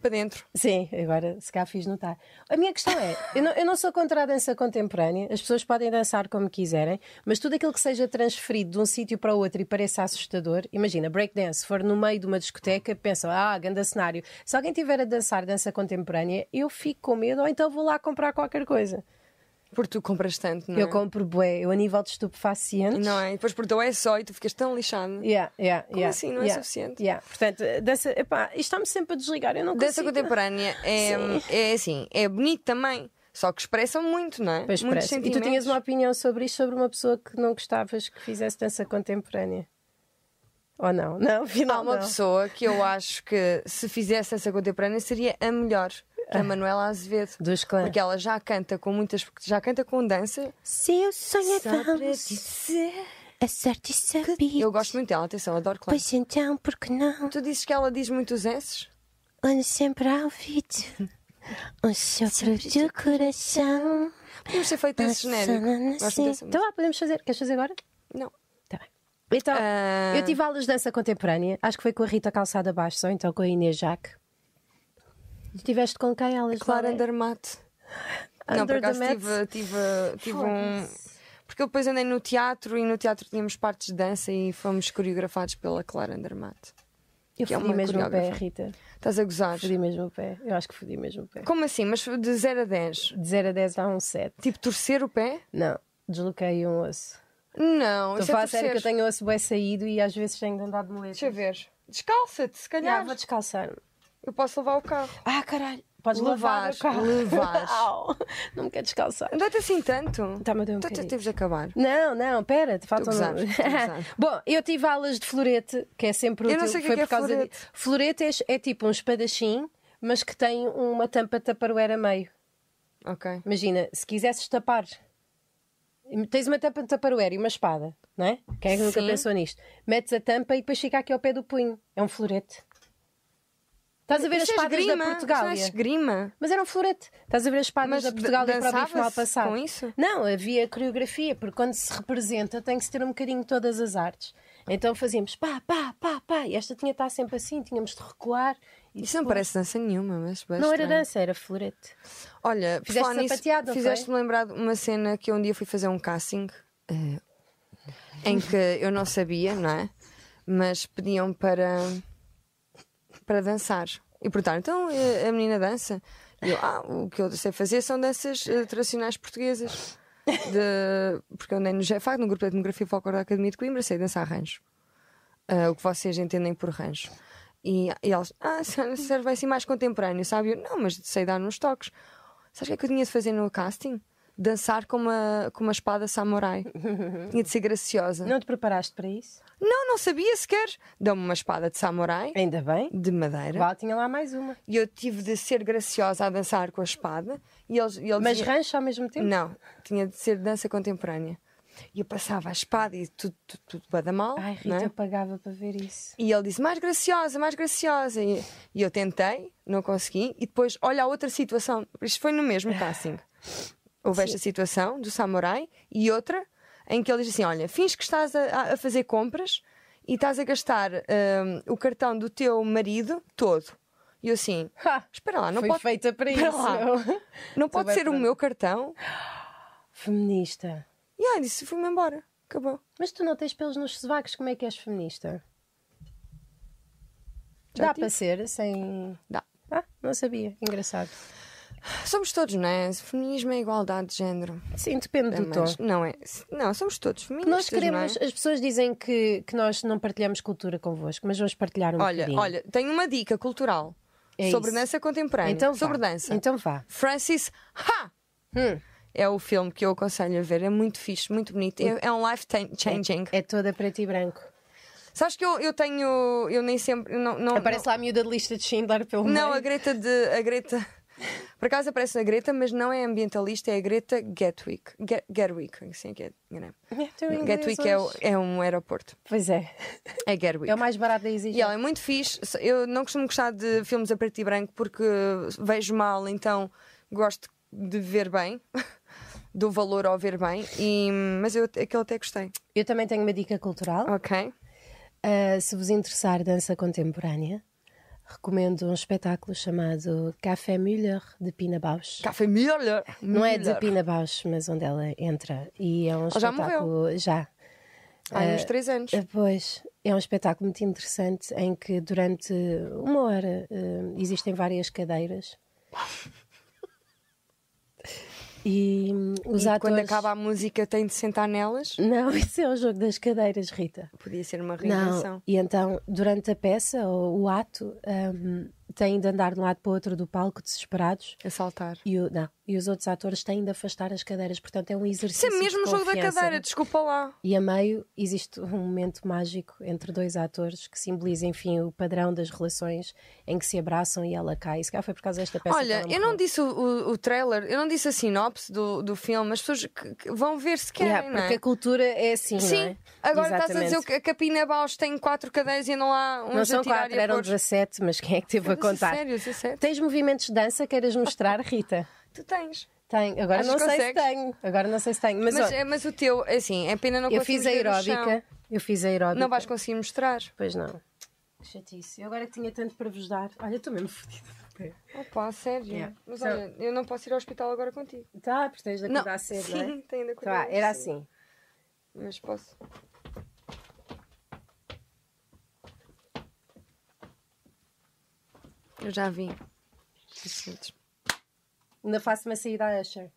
Speaker 1: Para dentro.
Speaker 2: Sim, agora se cá fiz notar. A minha questão é: eu não, eu não sou contra a dança contemporânea, as pessoas podem dançar como quiserem, mas tudo aquilo que seja transferido de um sítio para o outro e pareça assustador, imagina, breakdance, se for no meio de uma discoteca, pensam, ah, ganda cenário. Se alguém tiver a dançar dança contemporânea, eu fico com medo ou então vou lá comprar qualquer coisa.
Speaker 1: Porque tu compras tanto, não é?
Speaker 2: Eu compro bué, eu a nível de estupefacientes.
Speaker 1: Não é? E depois porque é só e tu ficas tão lixado.
Speaker 2: Yeah, yeah, Como
Speaker 1: assim? Não é suficiente?
Speaker 2: Yeah. Portanto, dança, epá, isto está-me sempre a desligar, eu não
Speaker 1: Dança
Speaker 2: consigo.
Speaker 1: contemporânea é, é assim, é bonito também, só que expressam muito, não é?
Speaker 2: Pois
Speaker 1: Muitos
Speaker 2: parece. E tu tinhas
Speaker 1: sentimentos.
Speaker 2: uma opinião sobre isto, sobre uma pessoa que não gostavas que fizesse dança contemporânea? Ou não? (laughs) Não, afinal.
Speaker 1: Há uma
Speaker 2: não.
Speaker 1: pessoa que eu acho que se fizesse dança contemporânea seria a melhor, que é a Manuela Azevedo.
Speaker 2: Dos clãs.
Speaker 1: Porque ela já canta com muitas. Já canta com dança.
Speaker 3: Seu sonho é vamos,
Speaker 1: dizer.
Speaker 3: a sorte sabia.
Speaker 1: Eu gosto muito dela, atenção, adoro claro.
Speaker 3: Pois então, por que não?
Speaker 1: Tu dizes que ela diz muitos S's?
Speaker 3: Ando sempre ao vídeo. O sopro do coração.
Speaker 1: Podíamos ter feito esse
Speaker 3: Nossa,
Speaker 1: genérico.
Speaker 3: não
Speaker 1: Gosto
Speaker 3: sei.
Speaker 1: dessa música.
Speaker 2: Então lá, podemos fazer. Queres fazer agora?
Speaker 1: Não.
Speaker 2: Tá bem. Então,
Speaker 1: Ah.
Speaker 2: eu tive aulas de dança contemporânea, acho que foi com a Rita Calçada Baixo, ou então com a Inês Jaque. Estiveste com quem elas?
Speaker 1: Clara
Speaker 2: Laura?
Speaker 1: Andermatt. Não, por
Speaker 2: Under the
Speaker 1: acaso
Speaker 2: mat?
Speaker 1: tive, tive, tive um. Porque eu depois andei no teatro e no teatro tínhamos partes de dança e fomos coreografados pela Clara Andermatt.
Speaker 2: Eu
Speaker 1: que é
Speaker 2: fodi
Speaker 1: uma
Speaker 2: mesmo o pé,
Speaker 1: coreógrafa.
Speaker 2: Rita.
Speaker 1: Estás a gozar?
Speaker 2: Fodi mesmo o pé. Eu acho que fodi mesmo o pé.
Speaker 1: Como assim? Mas de 0 a 10?
Speaker 2: De 0 a 10 dá um 7.
Speaker 1: Tipo, torcer o pé?
Speaker 2: Não, desloquei um osso.
Speaker 1: Não,
Speaker 2: Estou
Speaker 1: isso é
Speaker 2: a falar Então a sério
Speaker 1: torcer.
Speaker 2: que eu tenho osso bem saído e às vezes tenho de andar de
Speaker 1: Deixa eu
Speaker 2: moletas.
Speaker 1: ver. Descalça-te, se calhar.
Speaker 2: Ah, vou descalçar.
Speaker 1: Eu posso levar o carro.
Speaker 2: Ah, caralho. Podes
Speaker 1: Levar,
Speaker 2: lavar o carro.
Speaker 1: levar.
Speaker 2: (laughs) Au, não me quer descalçar.
Speaker 1: Andou-te assim tanto?
Speaker 2: Tá, mas deu um
Speaker 1: então tu
Speaker 2: bocadinho.
Speaker 1: tens de acabar.
Speaker 2: Não, não, pera, te faltam.
Speaker 1: Estou a gozar, estou a gozar.
Speaker 2: (laughs) Bom, eu tive aulas de florete, que é sempre
Speaker 1: Eu
Speaker 2: útil.
Speaker 1: não sei o que
Speaker 2: foi
Speaker 1: é que
Speaker 2: por
Speaker 1: é
Speaker 2: causa de-
Speaker 1: florete.
Speaker 2: Florete é, é tipo um espadachim, mas que tem uma tampa taparoeira a meio.
Speaker 1: Ok.
Speaker 2: Imagina, se quisesses tapar, tens uma tampa de taparoeira e uma espada, não é? Quem é que nunca
Speaker 1: Sim.
Speaker 2: pensou nisto? Metes a tampa e depois fica aqui ao pé do punho. É um florete. Estás a ver as
Speaker 1: Isso é
Speaker 2: espadas
Speaker 1: esgrima?
Speaker 2: da
Speaker 1: Isso não é
Speaker 2: Portugália?
Speaker 1: esgrima?
Speaker 2: Mas era um florete. Estás a ver as espadas
Speaker 1: Mas
Speaker 2: da Portugália
Speaker 1: dan-
Speaker 2: para o bife mal
Speaker 1: dançava-se
Speaker 2: passado?
Speaker 1: com isso?
Speaker 2: Não, havia coreografia, porque quando se representa tem que se ter um bocadinho de todas as artes. Então fazíamos pá, pá, pá, pá, e esta tinha de estar sempre assim, tínhamos de recuar. E
Speaker 1: Isso não é?
Speaker 2: depois-
Speaker 1: parece dança nenhuma, mas. bem
Speaker 2: Não era
Speaker 1: estranho.
Speaker 2: dança, era florete.
Speaker 1: Olha, por
Speaker 2: Fizeste
Speaker 1: falar nisso,
Speaker 2: sapateado, não foi?
Speaker 1: Fizeste-me lembrar de uma cena que eu um dia fui fazer um casting eh, em que eu não sabia, não é? Mas pediam para, para dançar. E perguntaram, então eh, a menina dança? E eu, ah, o que eu sei fazer são danças eh, tradicionais portuguesas. De- porque eu andei no GFAC, no grupo de etnografia e folclore da Academia de Coimbra, sei dançar rancho. Ah, o que vocês entendem por rancho. E, e elas, ah, serve assim mais contemporâneo, sabe? Eu, não, mas sei dar uns toques. Sabes o que é que eu tinha de fazer no casting? Dançar com uma, com uma espada samurai. tinha de ser graciosa. Não,
Speaker 2: Não te preparaste para isso?
Speaker 1: não, sabia sequer. Dão-me uma espada de samurai,
Speaker 2: Ainda bem.
Speaker 1: de madeira,
Speaker 2: Igual tinha lá mais uma.
Speaker 1: e eu tive de ser graciosa a dançar com a espada. E eles, e eles
Speaker 2: Mas
Speaker 1: diziam-
Speaker 2: rancho ao mesmo tempo?
Speaker 1: Não, tinha de ser dança contemporânea. E eu passava a espada e tudo, tudo, tudo bada mal.
Speaker 2: Ai,
Speaker 1: não
Speaker 2: Rita,
Speaker 1: é?
Speaker 2: eu pagava para
Speaker 1: (laughs)
Speaker 2: ver isso.
Speaker 1: E ele disse: mais graciosa, mais graciosa. E, e eu tentei, não consegui. E depois, olha a outra situação. Isto foi no mesmo casting. Houve esta situação do samurai e outra em que ele diz assim: olha, fins que estás a, a fazer compras e estás a gastar hum, o cartão do teu marido todo. E eu assim:
Speaker 2: (laughs) Ha!
Speaker 1: espera lá, não
Speaker 2: Foi
Speaker 1: pode.
Speaker 2: feita
Speaker 1: (laughs)
Speaker 2: para
Speaker 1: espera
Speaker 2: isso.
Speaker 1: lá, não
Speaker 2: Estou
Speaker 1: pode
Speaker 2: bem
Speaker 1: ser o
Speaker 2: pronta.
Speaker 1: meu cartão.
Speaker 2: (laughs) Feminista.
Speaker 1: E aí disse: fui-me embora. Acabou.
Speaker 2: Mas tu não tens pelos nos sovacos, como é que és feminista?
Speaker 1: Já
Speaker 2: Dá
Speaker 1: tive.
Speaker 2: para ser sem.
Speaker 1: Dá.
Speaker 2: Ah, não sabia. Engraçado.
Speaker 1: Somos todos, não é? Feminismo é igualdade de género.
Speaker 2: Sim, depende
Speaker 1: É,
Speaker 2: do tom.
Speaker 1: mas não é. Não, somos todos feministas.
Speaker 2: Nós queremos.
Speaker 1: não é?
Speaker 2: As pessoas dizem que, que nós não partilhamos cultura convosco, mas vamos partilhar um
Speaker 1: Olha,
Speaker 2: bocadinho.
Speaker 1: olha, tenho uma dica cultural
Speaker 2: É
Speaker 1: sobre
Speaker 2: isso.
Speaker 1: dança contemporânea.
Speaker 2: então vá.
Speaker 1: sobre dança.
Speaker 2: Então vá.
Speaker 1: Francis Ha!
Speaker 2: Hum.
Speaker 1: É o filme que eu aconselho a ver. É muito fixe, muito bonito. É, é um life tan- changing.
Speaker 2: É toda preto e branco.
Speaker 1: Sabes que eu, eu tenho. Eu nem sempre. eu Não, não,
Speaker 2: Aparece lá a miúda de lista de Schindler pelo
Speaker 1: não,
Speaker 2: meio.
Speaker 1: a Greta (laughs) de. A Greta. Por acaso aparece na Greta, mas não é ambientalista, é a Greta Gatwick. Ga- Gerwig, assim é que é. enganei-me. Gatwick é, o- é um aeroporto.
Speaker 2: Então Pois é.
Speaker 1: É Gerwig.
Speaker 2: É o mais barato da exigir.
Speaker 1: E ela é muito fixe. Eu não costumo gostar de filmes a preto e branco porque vejo mal, então gosto de ver bem, (laughs) do valor ao ver bem. E, mas eu aquele até gostei.
Speaker 2: Eu também tenho uma dica cultural.
Speaker 1: Ok.
Speaker 2: Uh, se vos interessar dança contemporânea, recomendo um espetáculo chamado Café Müller de Pina Bausch.
Speaker 1: Café Müller.
Speaker 2: Não é de
Speaker 1: Müller.
Speaker 2: Pina Bausch, mas onde ela entra. E é um
Speaker 1: já
Speaker 2: espetáculo. Já.
Speaker 1: Há uns três anos.
Speaker 2: Uh, Pois, é um espetáculo muito interessante em que durante uma hora uh, existem
Speaker 1: (laughs)
Speaker 2: várias cadeiras. E hum, os
Speaker 1: e
Speaker 2: atores.
Speaker 1: quando acaba a música tem de sentar nelas.
Speaker 2: Não, (laughs) isso é o jogo das cadeiras, Rita.
Speaker 1: Podia ser uma
Speaker 2: Não,
Speaker 1: reinvenção.
Speaker 2: e então, durante a peça, ou o ato, hum, têm de andar de um lado para o outro do palco, desesperados,
Speaker 1: A saltar.
Speaker 2: e, o- não, e os outros atores têm de afastar as cadeiras, portanto é um
Speaker 1: Isso
Speaker 2: exercício.
Speaker 1: é mesmo o
Speaker 2: de
Speaker 1: jogo da
Speaker 2: confiança.
Speaker 1: cadeira, desculpa lá.
Speaker 2: E a meio existe um momento mágico entre dois atores que simboliza, enfim, o padrão das relações em que se abraçam e ela cai. Se calhar foi por causa desta peça. que
Speaker 1: Olha,
Speaker 2: ela
Speaker 1: eu
Speaker 2: morreu.
Speaker 1: não disse o, o- o trailer, eu não disse a sinopse do, do filme, as pessoas que- que vão ver se querem.
Speaker 2: Yeah,
Speaker 1: não é?
Speaker 2: porque a cultura é assim. não
Speaker 1: Sim,
Speaker 2: é?
Speaker 1: agora estás a
Speaker 2: Exatamente.
Speaker 1: dizer Um que a Capina Baus tem quatro cadeiras e não há uns
Speaker 2: Não
Speaker 1: a
Speaker 2: são
Speaker 1: tirar
Speaker 2: quatro,
Speaker 1: e a
Speaker 2: eram
Speaker 1: pôr.
Speaker 2: 17, mas quem é que teve a contar?
Speaker 1: Sério, 17?
Speaker 2: Tens movimentos de dança queiras mostrar, Rita?
Speaker 1: Tu tens.
Speaker 2: Tenho. Agora
Speaker 1: Achas
Speaker 2: não
Speaker 1: que
Speaker 2: sei
Speaker 1: consegues?
Speaker 2: se tenho. Agora não sei se tenho. Mas,
Speaker 1: Mas,
Speaker 2: ó,
Speaker 1: é- mas o teu, assim, é pena não
Speaker 2: eu
Speaker 1: conseguirmos
Speaker 2: fiz a
Speaker 1: ver o chão.
Speaker 2: aeróbica. Eu fiz a aeróbica.
Speaker 1: Não vais conseguir mostrar.
Speaker 2: Pois não. Chatice. Eu agora tinha tanto para vos dar. Olha, estou mesmo fodida.
Speaker 1: Opa, a sério.
Speaker 2: Yeah.
Speaker 1: Mas
Speaker 2: So-
Speaker 1: olha, eu não posso ir ao hospital agora contigo.
Speaker 2: Tá, porque tens de
Speaker 1: Não.
Speaker 2: acordar cedo,
Speaker 1: Sim,
Speaker 2: não é?
Speaker 1: tenho de
Speaker 2: Tá,
Speaker 1: acordar.
Speaker 2: era
Speaker 1: cedo.
Speaker 2: assim.
Speaker 1: Mas posso. Eu já vi.
Speaker 2: Ainda faço uma saída à Usher.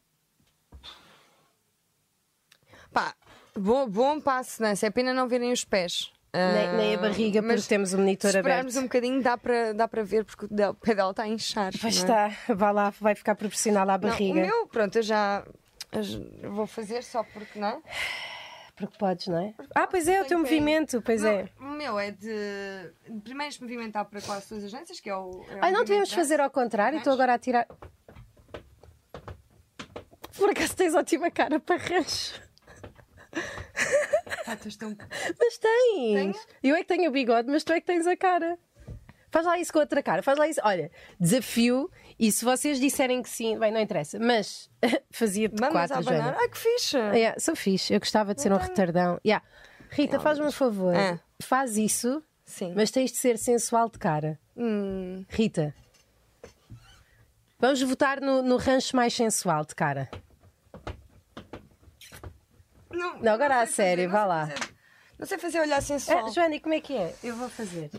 Speaker 1: Pá, bom, bom passo, não é? É pena não verem os pés.
Speaker 2: nem,
Speaker 1: Ah,
Speaker 2: nem a barriga,
Speaker 1: mas
Speaker 2: porque temos o
Speaker 1: se
Speaker 2: monitor aberto.
Speaker 1: esperarmos um bocadinho dá para dá para ver porque o del- o pé dela está a inchar.
Speaker 2: Pois
Speaker 1: não é?
Speaker 2: está, vá lá, vai ficar proporcional à
Speaker 1: Não, o
Speaker 2: barriga.
Speaker 1: meu, pronto, eu já eu já vou fazer só porque não. é?
Speaker 2: Porque podes, não é? Ah, pois é, o
Speaker 1: Tenho
Speaker 2: teu
Speaker 1: pé.
Speaker 2: movimento, pois
Speaker 1: Não,
Speaker 2: é.
Speaker 1: O meu é de de primeiro se movimentar para quase todas as agências, que é o. é o
Speaker 2: Ai, não
Speaker 1: movimento
Speaker 2: devíamos
Speaker 1: de
Speaker 2: fazer ao contrário,
Speaker 1: Mas-
Speaker 2: estou agora a tirar. Por acaso tens ótima cara para rancho.
Speaker 1: dança. Ah, tu és tão-
Speaker 2: Mas tens! Eu é que tenho o bigode, mas tu é que tens a cara. Faz lá isso com a outra cara, faz lá isso. Olha, desafio, e se vocês disserem que sim, bem, não interessa, mas (laughs) fazia-te
Speaker 1: Mamas a
Speaker 2: quatro, É.
Speaker 1: abanar.
Speaker 2: Joana.
Speaker 1: Ai, que fixe!
Speaker 2: Yeah, sou fixe, eu gostava de ser um retardão. Yeah. Rita, faz-me um favor,
Speaker 1: Ah.
Speaker 2: faz isso,
Speaker 1: Sim.
Speaker 2: mas tens de ser sensual de cara.
Speaker 1: Hum,
Speaker 2: Rita, vamos votar no, no rancho mais sensual de cara.
Speaker 1: não,
Speaker 2: Não, agora
Speaker 1: sei
Speaker 2: a
Speaker 1: fazer,
Speaker 2: sério,
Speaker 1: não
Speaker 2: vá
Speaker 1: sei
Speaker 2: lá.
Speaker 1: fazer- Não sei fazer olhar assim sensual.
Speaker 2: Ah, Joana, e como é que é? Eu vou fazer.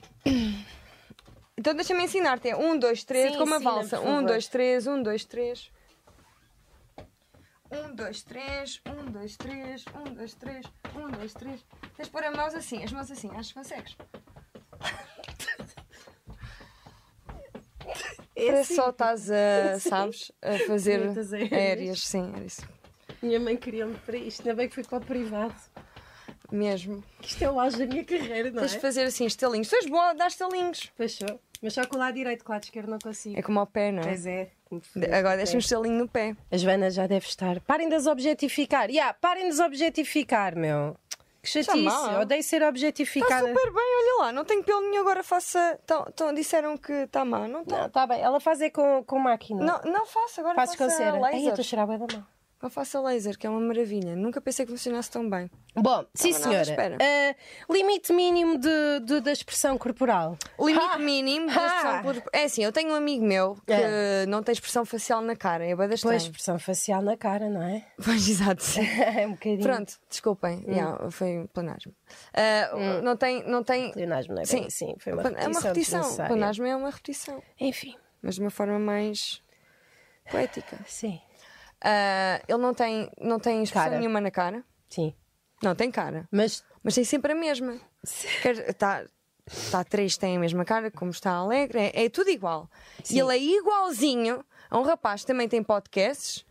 Speaker 1: Então deixa-me ensinar-te. É 1, 2, 3,
Speaker 2: Sim,
Speaker 1: como Um, a
Speaker 2: ensina-me,
Speaker 1: valsa.
Speaker 2: por
Speaker 1: 1,
Speaker 2: favor.
Speaker 1: 2, 3, 1, 2, 3. 1, 2, 3, 1, 2, 3, 1, 2, 3, 1, 2, 3. um, Tens de pôr as mãos assim, as mãos assim, acho que consegues. (laughs) É só estás a, sabes, (laughs) a fazer
Speaker 2: Muitas aéreas.
Speaker 1: aéreas, sim, era isso.
Speaker 2: Minha mãe queria-me para isto, ainda bem que fui para o privado.
Speaker 1: Mesmo.
Speaker 2: Que isto é o auge da minha carreira, não é?
Speaker 1: Tens de fazer assim, estalinhos. Tu és boa, dá estalinhos.
Speaker 2: Fechou. Mas só com o lado direito, com o lado esquerdo não
Speaker 1: É
Speaker 2: consigo.
Speaker 1: como ao pé, não é?
Speaker 2: é.
Speaker 1: Agora deixa-me um estalinho no pé.
Speaker 2: A Joana já deve estar. Parem de as objetificar. Yeah, parem de as objetificar, meu. Que chatice.
Speaker 1: mal.
Speaker 2: Odeio ser
Speaker 1: Está
Speaker 2: objetificada.
Speaker 1: super bem, olha lá, não tenho pelo nenhum agora faça. Tão, tão- disseram que está má, não está.
Speaker 2: Não, tá bem. Ela faz é com, com máquina.
Speaker 1: Não, não faça agora
Speaker 2: Fazes Tá com
Speaker 1: faça
Speaker 2: cera. Ai, eu
Speaker 1: laser.
Speaker 2: estou a cheirar bem da mão.
Speaker 1: Não faça laser, que é uma maravilha. Nunca pensei que funcionasse tão Tá bem.
Speaker 2: Bom, sim
Speaker 1: Estava nada à
Speaker 2: senhora.
Speaker 1: espera.
Speaker 2: Ah, limite mínimo de, de- da expressão corporal.
Speaker 1: O limite
Speaker 2: Ha!
Speaker 1: mínimo de
Speaker 2: Ha!
Speaker 1: expressão por... É assim, eu tenho um amigo meu que
Speaker 2: É.
Speaker 1: não tem expressão facial na cara, é bem
Speaker 2: Pois,
Speaker 1: estranho. (laughs)
Speaker 2: expressão facial na cara, não é? (laughs)
Speaker 1: Pois, (laughs) exato. sim.
Speaker 2: É um bocadinho.
Speaker 1: Pronto, desculpem, yeah, foi um planasmo. Ah, Não tem. Não tem...
Speaker 2: Pleonasmo, não é
Speaker 1: Sim.
Speaker 2: bem assim. Foi uma
Speaker 1: É
Speaker 2: repetição.
Speaker 1: uma repetição.
Speaker 2: desnecessária.
Speaker 1: Planasmo é uma repetição,
Speaker 2: Enfim,
Speaker 1: mas de uma forma mais poética.
Speaker 2: sim.
Speaker 1: Ah, ele não tem, não tem expressão
Speaker 2: Cara.
Speaker 1: nenhuma na cara.
Speaker 2: Sim.
Speaker 1: Não, tem cara.
Speaker 2: Mas
Speaker 1: Mas tem sempre a mesma. Está tá três, tem a mesma cara, como está alegre, é, é tudo igual. E ele é igualzinho a um rapaz que também tem podcasts.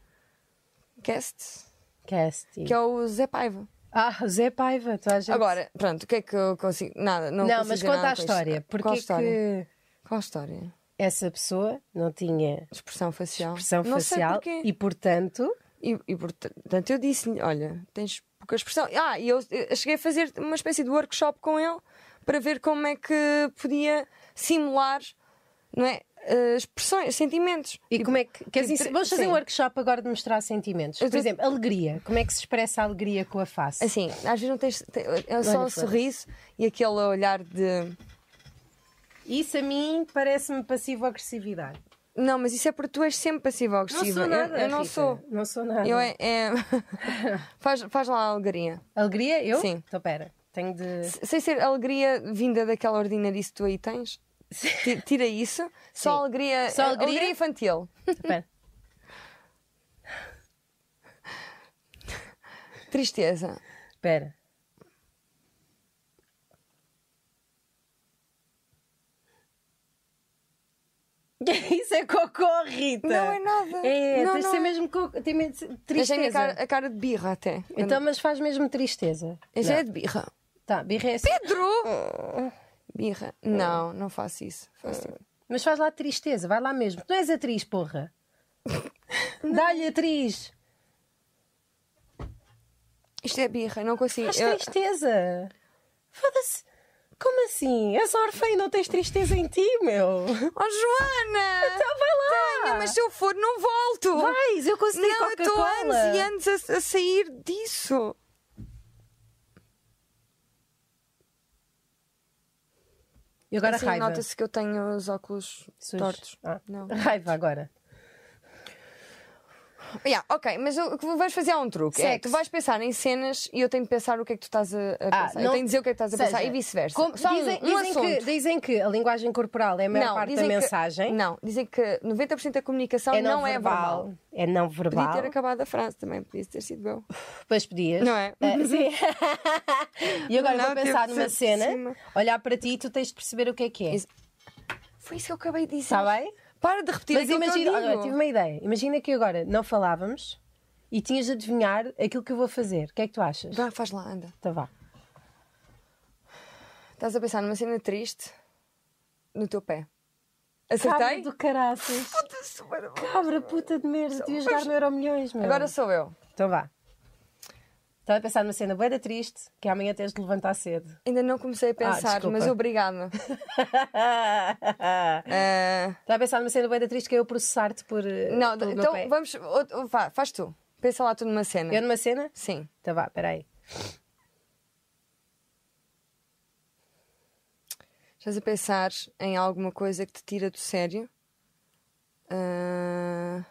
Speaker 1: Cast,
Speaker 2: Cast.
Speaker 1: que é o Zé Paiva.
Speaker 2: Ah, o Zé Paiva, tu às vezes-
Speaker 1: Agora, pronto, o que é que eu consigo. Nada, não
Speaker 2: Não,
Speaker 1: consigo
Speaker 2: mas
Speaker 1: dizer
Speaker 2: conta
Speaker 1: nada
Speaker 2: a
Speaker 1: com isto.
Speaker 2: história. Porque
Speaker 1: Qual
Speaker 2: é
Speaker 1: história?
Speaker 2: que.
Speaker 1: Qual história?
Speaker 2: essa pessoa não tinha
Speaker 1: Expressão facial.
Speaker 2: expressão
Speaker 1: não
Speaker 2: facial
Speaker 1: Sei porquê.
Speaker 2: e, portanto,
Speaker 1: E, e portanto eu disse-lhe: Olha, tens pouca expressão. Ah, e eu, eu cheguei a fazer uma espécie de workshop com ele para ver como é que podia simular não é, eh, expressões, sentimentos.
Speaker 2: e como é que. Queres
Speaker 1: e
Speaker 2: ens-
Speaker 1: tre-
Speaker 2: Vamos fazer
Speaker 1: sim.
Speaker 2: um workshop agora de mostrar sentimentos.
Speaker 1: Eu
Speaker 2: Por
Speaker 1: tô-
Speaker 2: exemplo, alegria. Como é que se expressa a alegria com a face?
Speaker 1: Assim, às vezes não tens. te- É só um
Speaker 2: foda-se.
Speaker 1: sorriso e aquele olhar de.
Speaker 2: Isso a mim parece-me passivo-agressividade.
Speaker 1: Não, mas isso é porque tu és sempre
Speaker 2: Não
Speaker 1: passivo-agressiva.
Speaker 2: sou nada. tá.
Speaker 1: eu, eu não
Speaker 2: Rita.
Speaker 1: sou.
Speaker 2: Não sou nada.
Speaker 1: Eu é, é- (laughs) faz, faz lá a alegria.
Speaker 2: Alegria? Eu?
Speaker 1: Sim.
Speaker 2: Então, pera. Tenho de.
Speaker 1: (laughs) Se- Sem ser alegria vinda daquela ordinarice que tu aí tens.
Speaker 2: (laughs)
Speaker 1: Ti- Tira isso. Só
Speaker 2: Sim.
Speaker 1: alegria.
Speaker 2: Só alegria?
Speaker 1: infantil.
Speaker 2: Espera.
Speaker 1: Tristeza.
Speaker 2: Espera. (laughs) Isso é cocô, Rita!
Speaker 1: Não é nada.
Speaker 2: É,
Speaker 1: Não,
Speaker 2: tens de
Speaker 1: não
Speaker 2: ser
Speaker 1: é.
Speaker 2: mesmo cocô. Tem medo de ser-
Speaker 1: Deixei a minha
Speaker 2: tristeza.
Speaker 1: cara, a cara de birra até.
Speaker 2: Então, mas faz mesmo tristeza.
Speaker 1: Esse
Speaker 2: Não.
Speaker 1: é de birra.
Speaker 2: Tá, birra é assim.
Speaker 1: Pedro! Birra. Não, não faço isso. Faço- tipo,
Speaker 2: Mas faz lá tristeza, vai lá mesmo. Tu não és atriz,
Speaker 1: (laughs)
Speaker 2: porra. Dá-lhe atriz.
Speaker 1: Isto é birra, não consigo.
Speaker 2: Faz
Speaker 1: Eu-
Speaker 2: tristeza. Foda-se. Como assim? És órfã e não tens tristeza em ti, meu?
Speaker 1: Oh, Joana!
Speaker 2: Então vai lá.
Speaker 1: Tenho, mas se eu for, não volto!
Speaker 2: Vais, eu consegui
Speaker 1: não, eu estou
Speaker 2: Coca-Cola.
Speaker 1: anos e anos a, a sair disso.
Speaker 2: E agora
Speaker 1: Assim,
Speaker 2: raiva.
Speaker 1: Nota-se que eu tenho os óculos
Speaker 2: Sus-
Speaker 1: tortos.
Speaker 2: Ah, (laughs)
Speaker 1: Não.
Speaker 2: Raiva agora.
Speaker 1: Yeah, ok, mas o que vais fazer é um truque. É,
Speaker 2: Sexo.
Speaker 1: tu vais pensar em cenas e eu tenho que pensar o que é que tu estás a, a
Speaker 2: Ah,
Speaker 1: pensar.
Speaker 2: não-
Speaker 1: Eu tenho que dizer o que é que estás a
Speaker 2: Seja,
Speaker 1: pensar e vice-versa.
Speaker 2: como-
Speaker 1: Só um-
Speaker 2: dizem,
Speaker 1: um
Speaker 2: dizem
Speaker 1: assunto.
Speaker 2: que, dizem que a linguagem corporal é a maior parte da
Speaker 1: dizem que-
Speaker 2: mensagem.
Speaker 1: não, dizem que 90% da comunicação
Speaker 2: é não,
Speaker 1: não é verbal.
Speaker 2: É não verbal.
Speaker 1: Podia ter acabado a frase também, podia ter sido eu.
Speaker 2: Depois pedias.
Speaker 1: Não é?
Speaker 2: Ah, (laughs) sim. e agora
Speaker 1: Não,
Speaker 2: vou pensar
Speaker 1: teve de
Speaker 2: numa
Speaker 1: ser por
Speaker 2: cena,
Speaker 1: cima.
Speaker 2: olhar para ti e tu tens de perceber o que é que é.
Speaker 1: Isso. Foi isso que eu acabei de dizer.
Speaker 2: Está Tá bem?
Speaker 1: Para de repetir
Speaker 2: Mas
Speaker 1: aquilo que eu
Speaker 2: imagina,
Speaker 1: digo.
Speaker 2: olha, tive uma ideia. Imagina que agora não falávamos e tinhas de adivinhar aquilo que eu vou fazer. O que é que tu achas?
Speaker 1: Vá, faz lá, anda.
Speaker 2: Então vá.
Speaker 1: Estás a pensar numa cena triste no teu pé.
Speaker 2: Cabra
Speaker 1: Acertei?
Speaker 2: do caraças.
Speaker 1: Puta-se, mano.
Speaker 2: Cabra puta de merda. Tu ias jogar no Euro Milhões, meu.
Speaker 1: Agora sou eu.
Speaker 2: Então vá. Estava a pensar numa cena boeda triste que amanhã tens de levantar cedo. (laughs)
Speaker 1: Ainda não comecei a pensar,
Speaker 2: Ah, desculpa.
Speaker 1: mas
Speaker 2: (laughs)
Speaker 1: obrigada. Ah,
Speaker 2: Estava a pensar numa cena boeda triste que é eu processar-te por. eh,
Speaker 1: não,
Speaker 2: pelo meu
Speaker 1: então
Speaker 2: pé.
Speaker 1: vamos. ou- ou vá, faz tu. Pensa lá tu numa cena.
Speaker 2: Eu numa cena?
Speaker 1: Sim.
Speaker 2: Então
Speaker 1: (laughs)
Speaker 2: vá, peraí.
Speaker 1: Estás a pensar em alguma coisa que te tira do sério? Ah,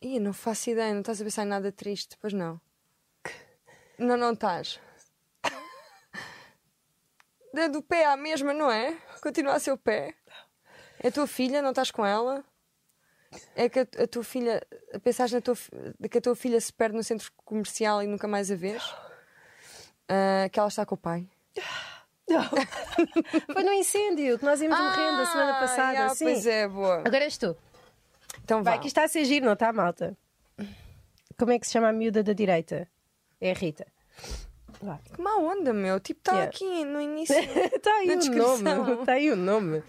Speaker 1: Ih, não faço ideia, não estás a pensar em nada triste, pois não. Não, não estás. (laughs) Da- Do pé à mesma, não é? Continua a ser o pé. É a tua filha, não estás com ela? É que a, a tua filha. Pensaste na tua, fi- de que a tua filha se perde no centro comercial e nunca mais a vês? Ah, que ela está com o pai.
Speaker 2: Foi no incêndio que nós íamos morrendo a um semana
Speaker 1: Ah,
Speaker 2: passada.
Speaker 1: yeah,
Speaker 2: sim.
Speaker 1: Pois é, boa.
Speaker 2: Agora és tu.
Speaker 1: Então
Speaker 2: Vai,
Speaker 1: vai.
Speaker 2: que isto está a ser giro, não está, malta? Como é que se chama a miúda da direita? É a Rita. Vá. (laughs)
Speaker 1: Que má onda, meu. Tipo, está
Speaker 2: Yeah.
Speaker 1: aqui no início.
Speaker 2: Está aí
Speaker 1: Na
Speaker 2: o
Speaker 1: descrição.
Speaker 2: nome. Está aí
Speaker 1: (laughs)
Speaker 2: o nome.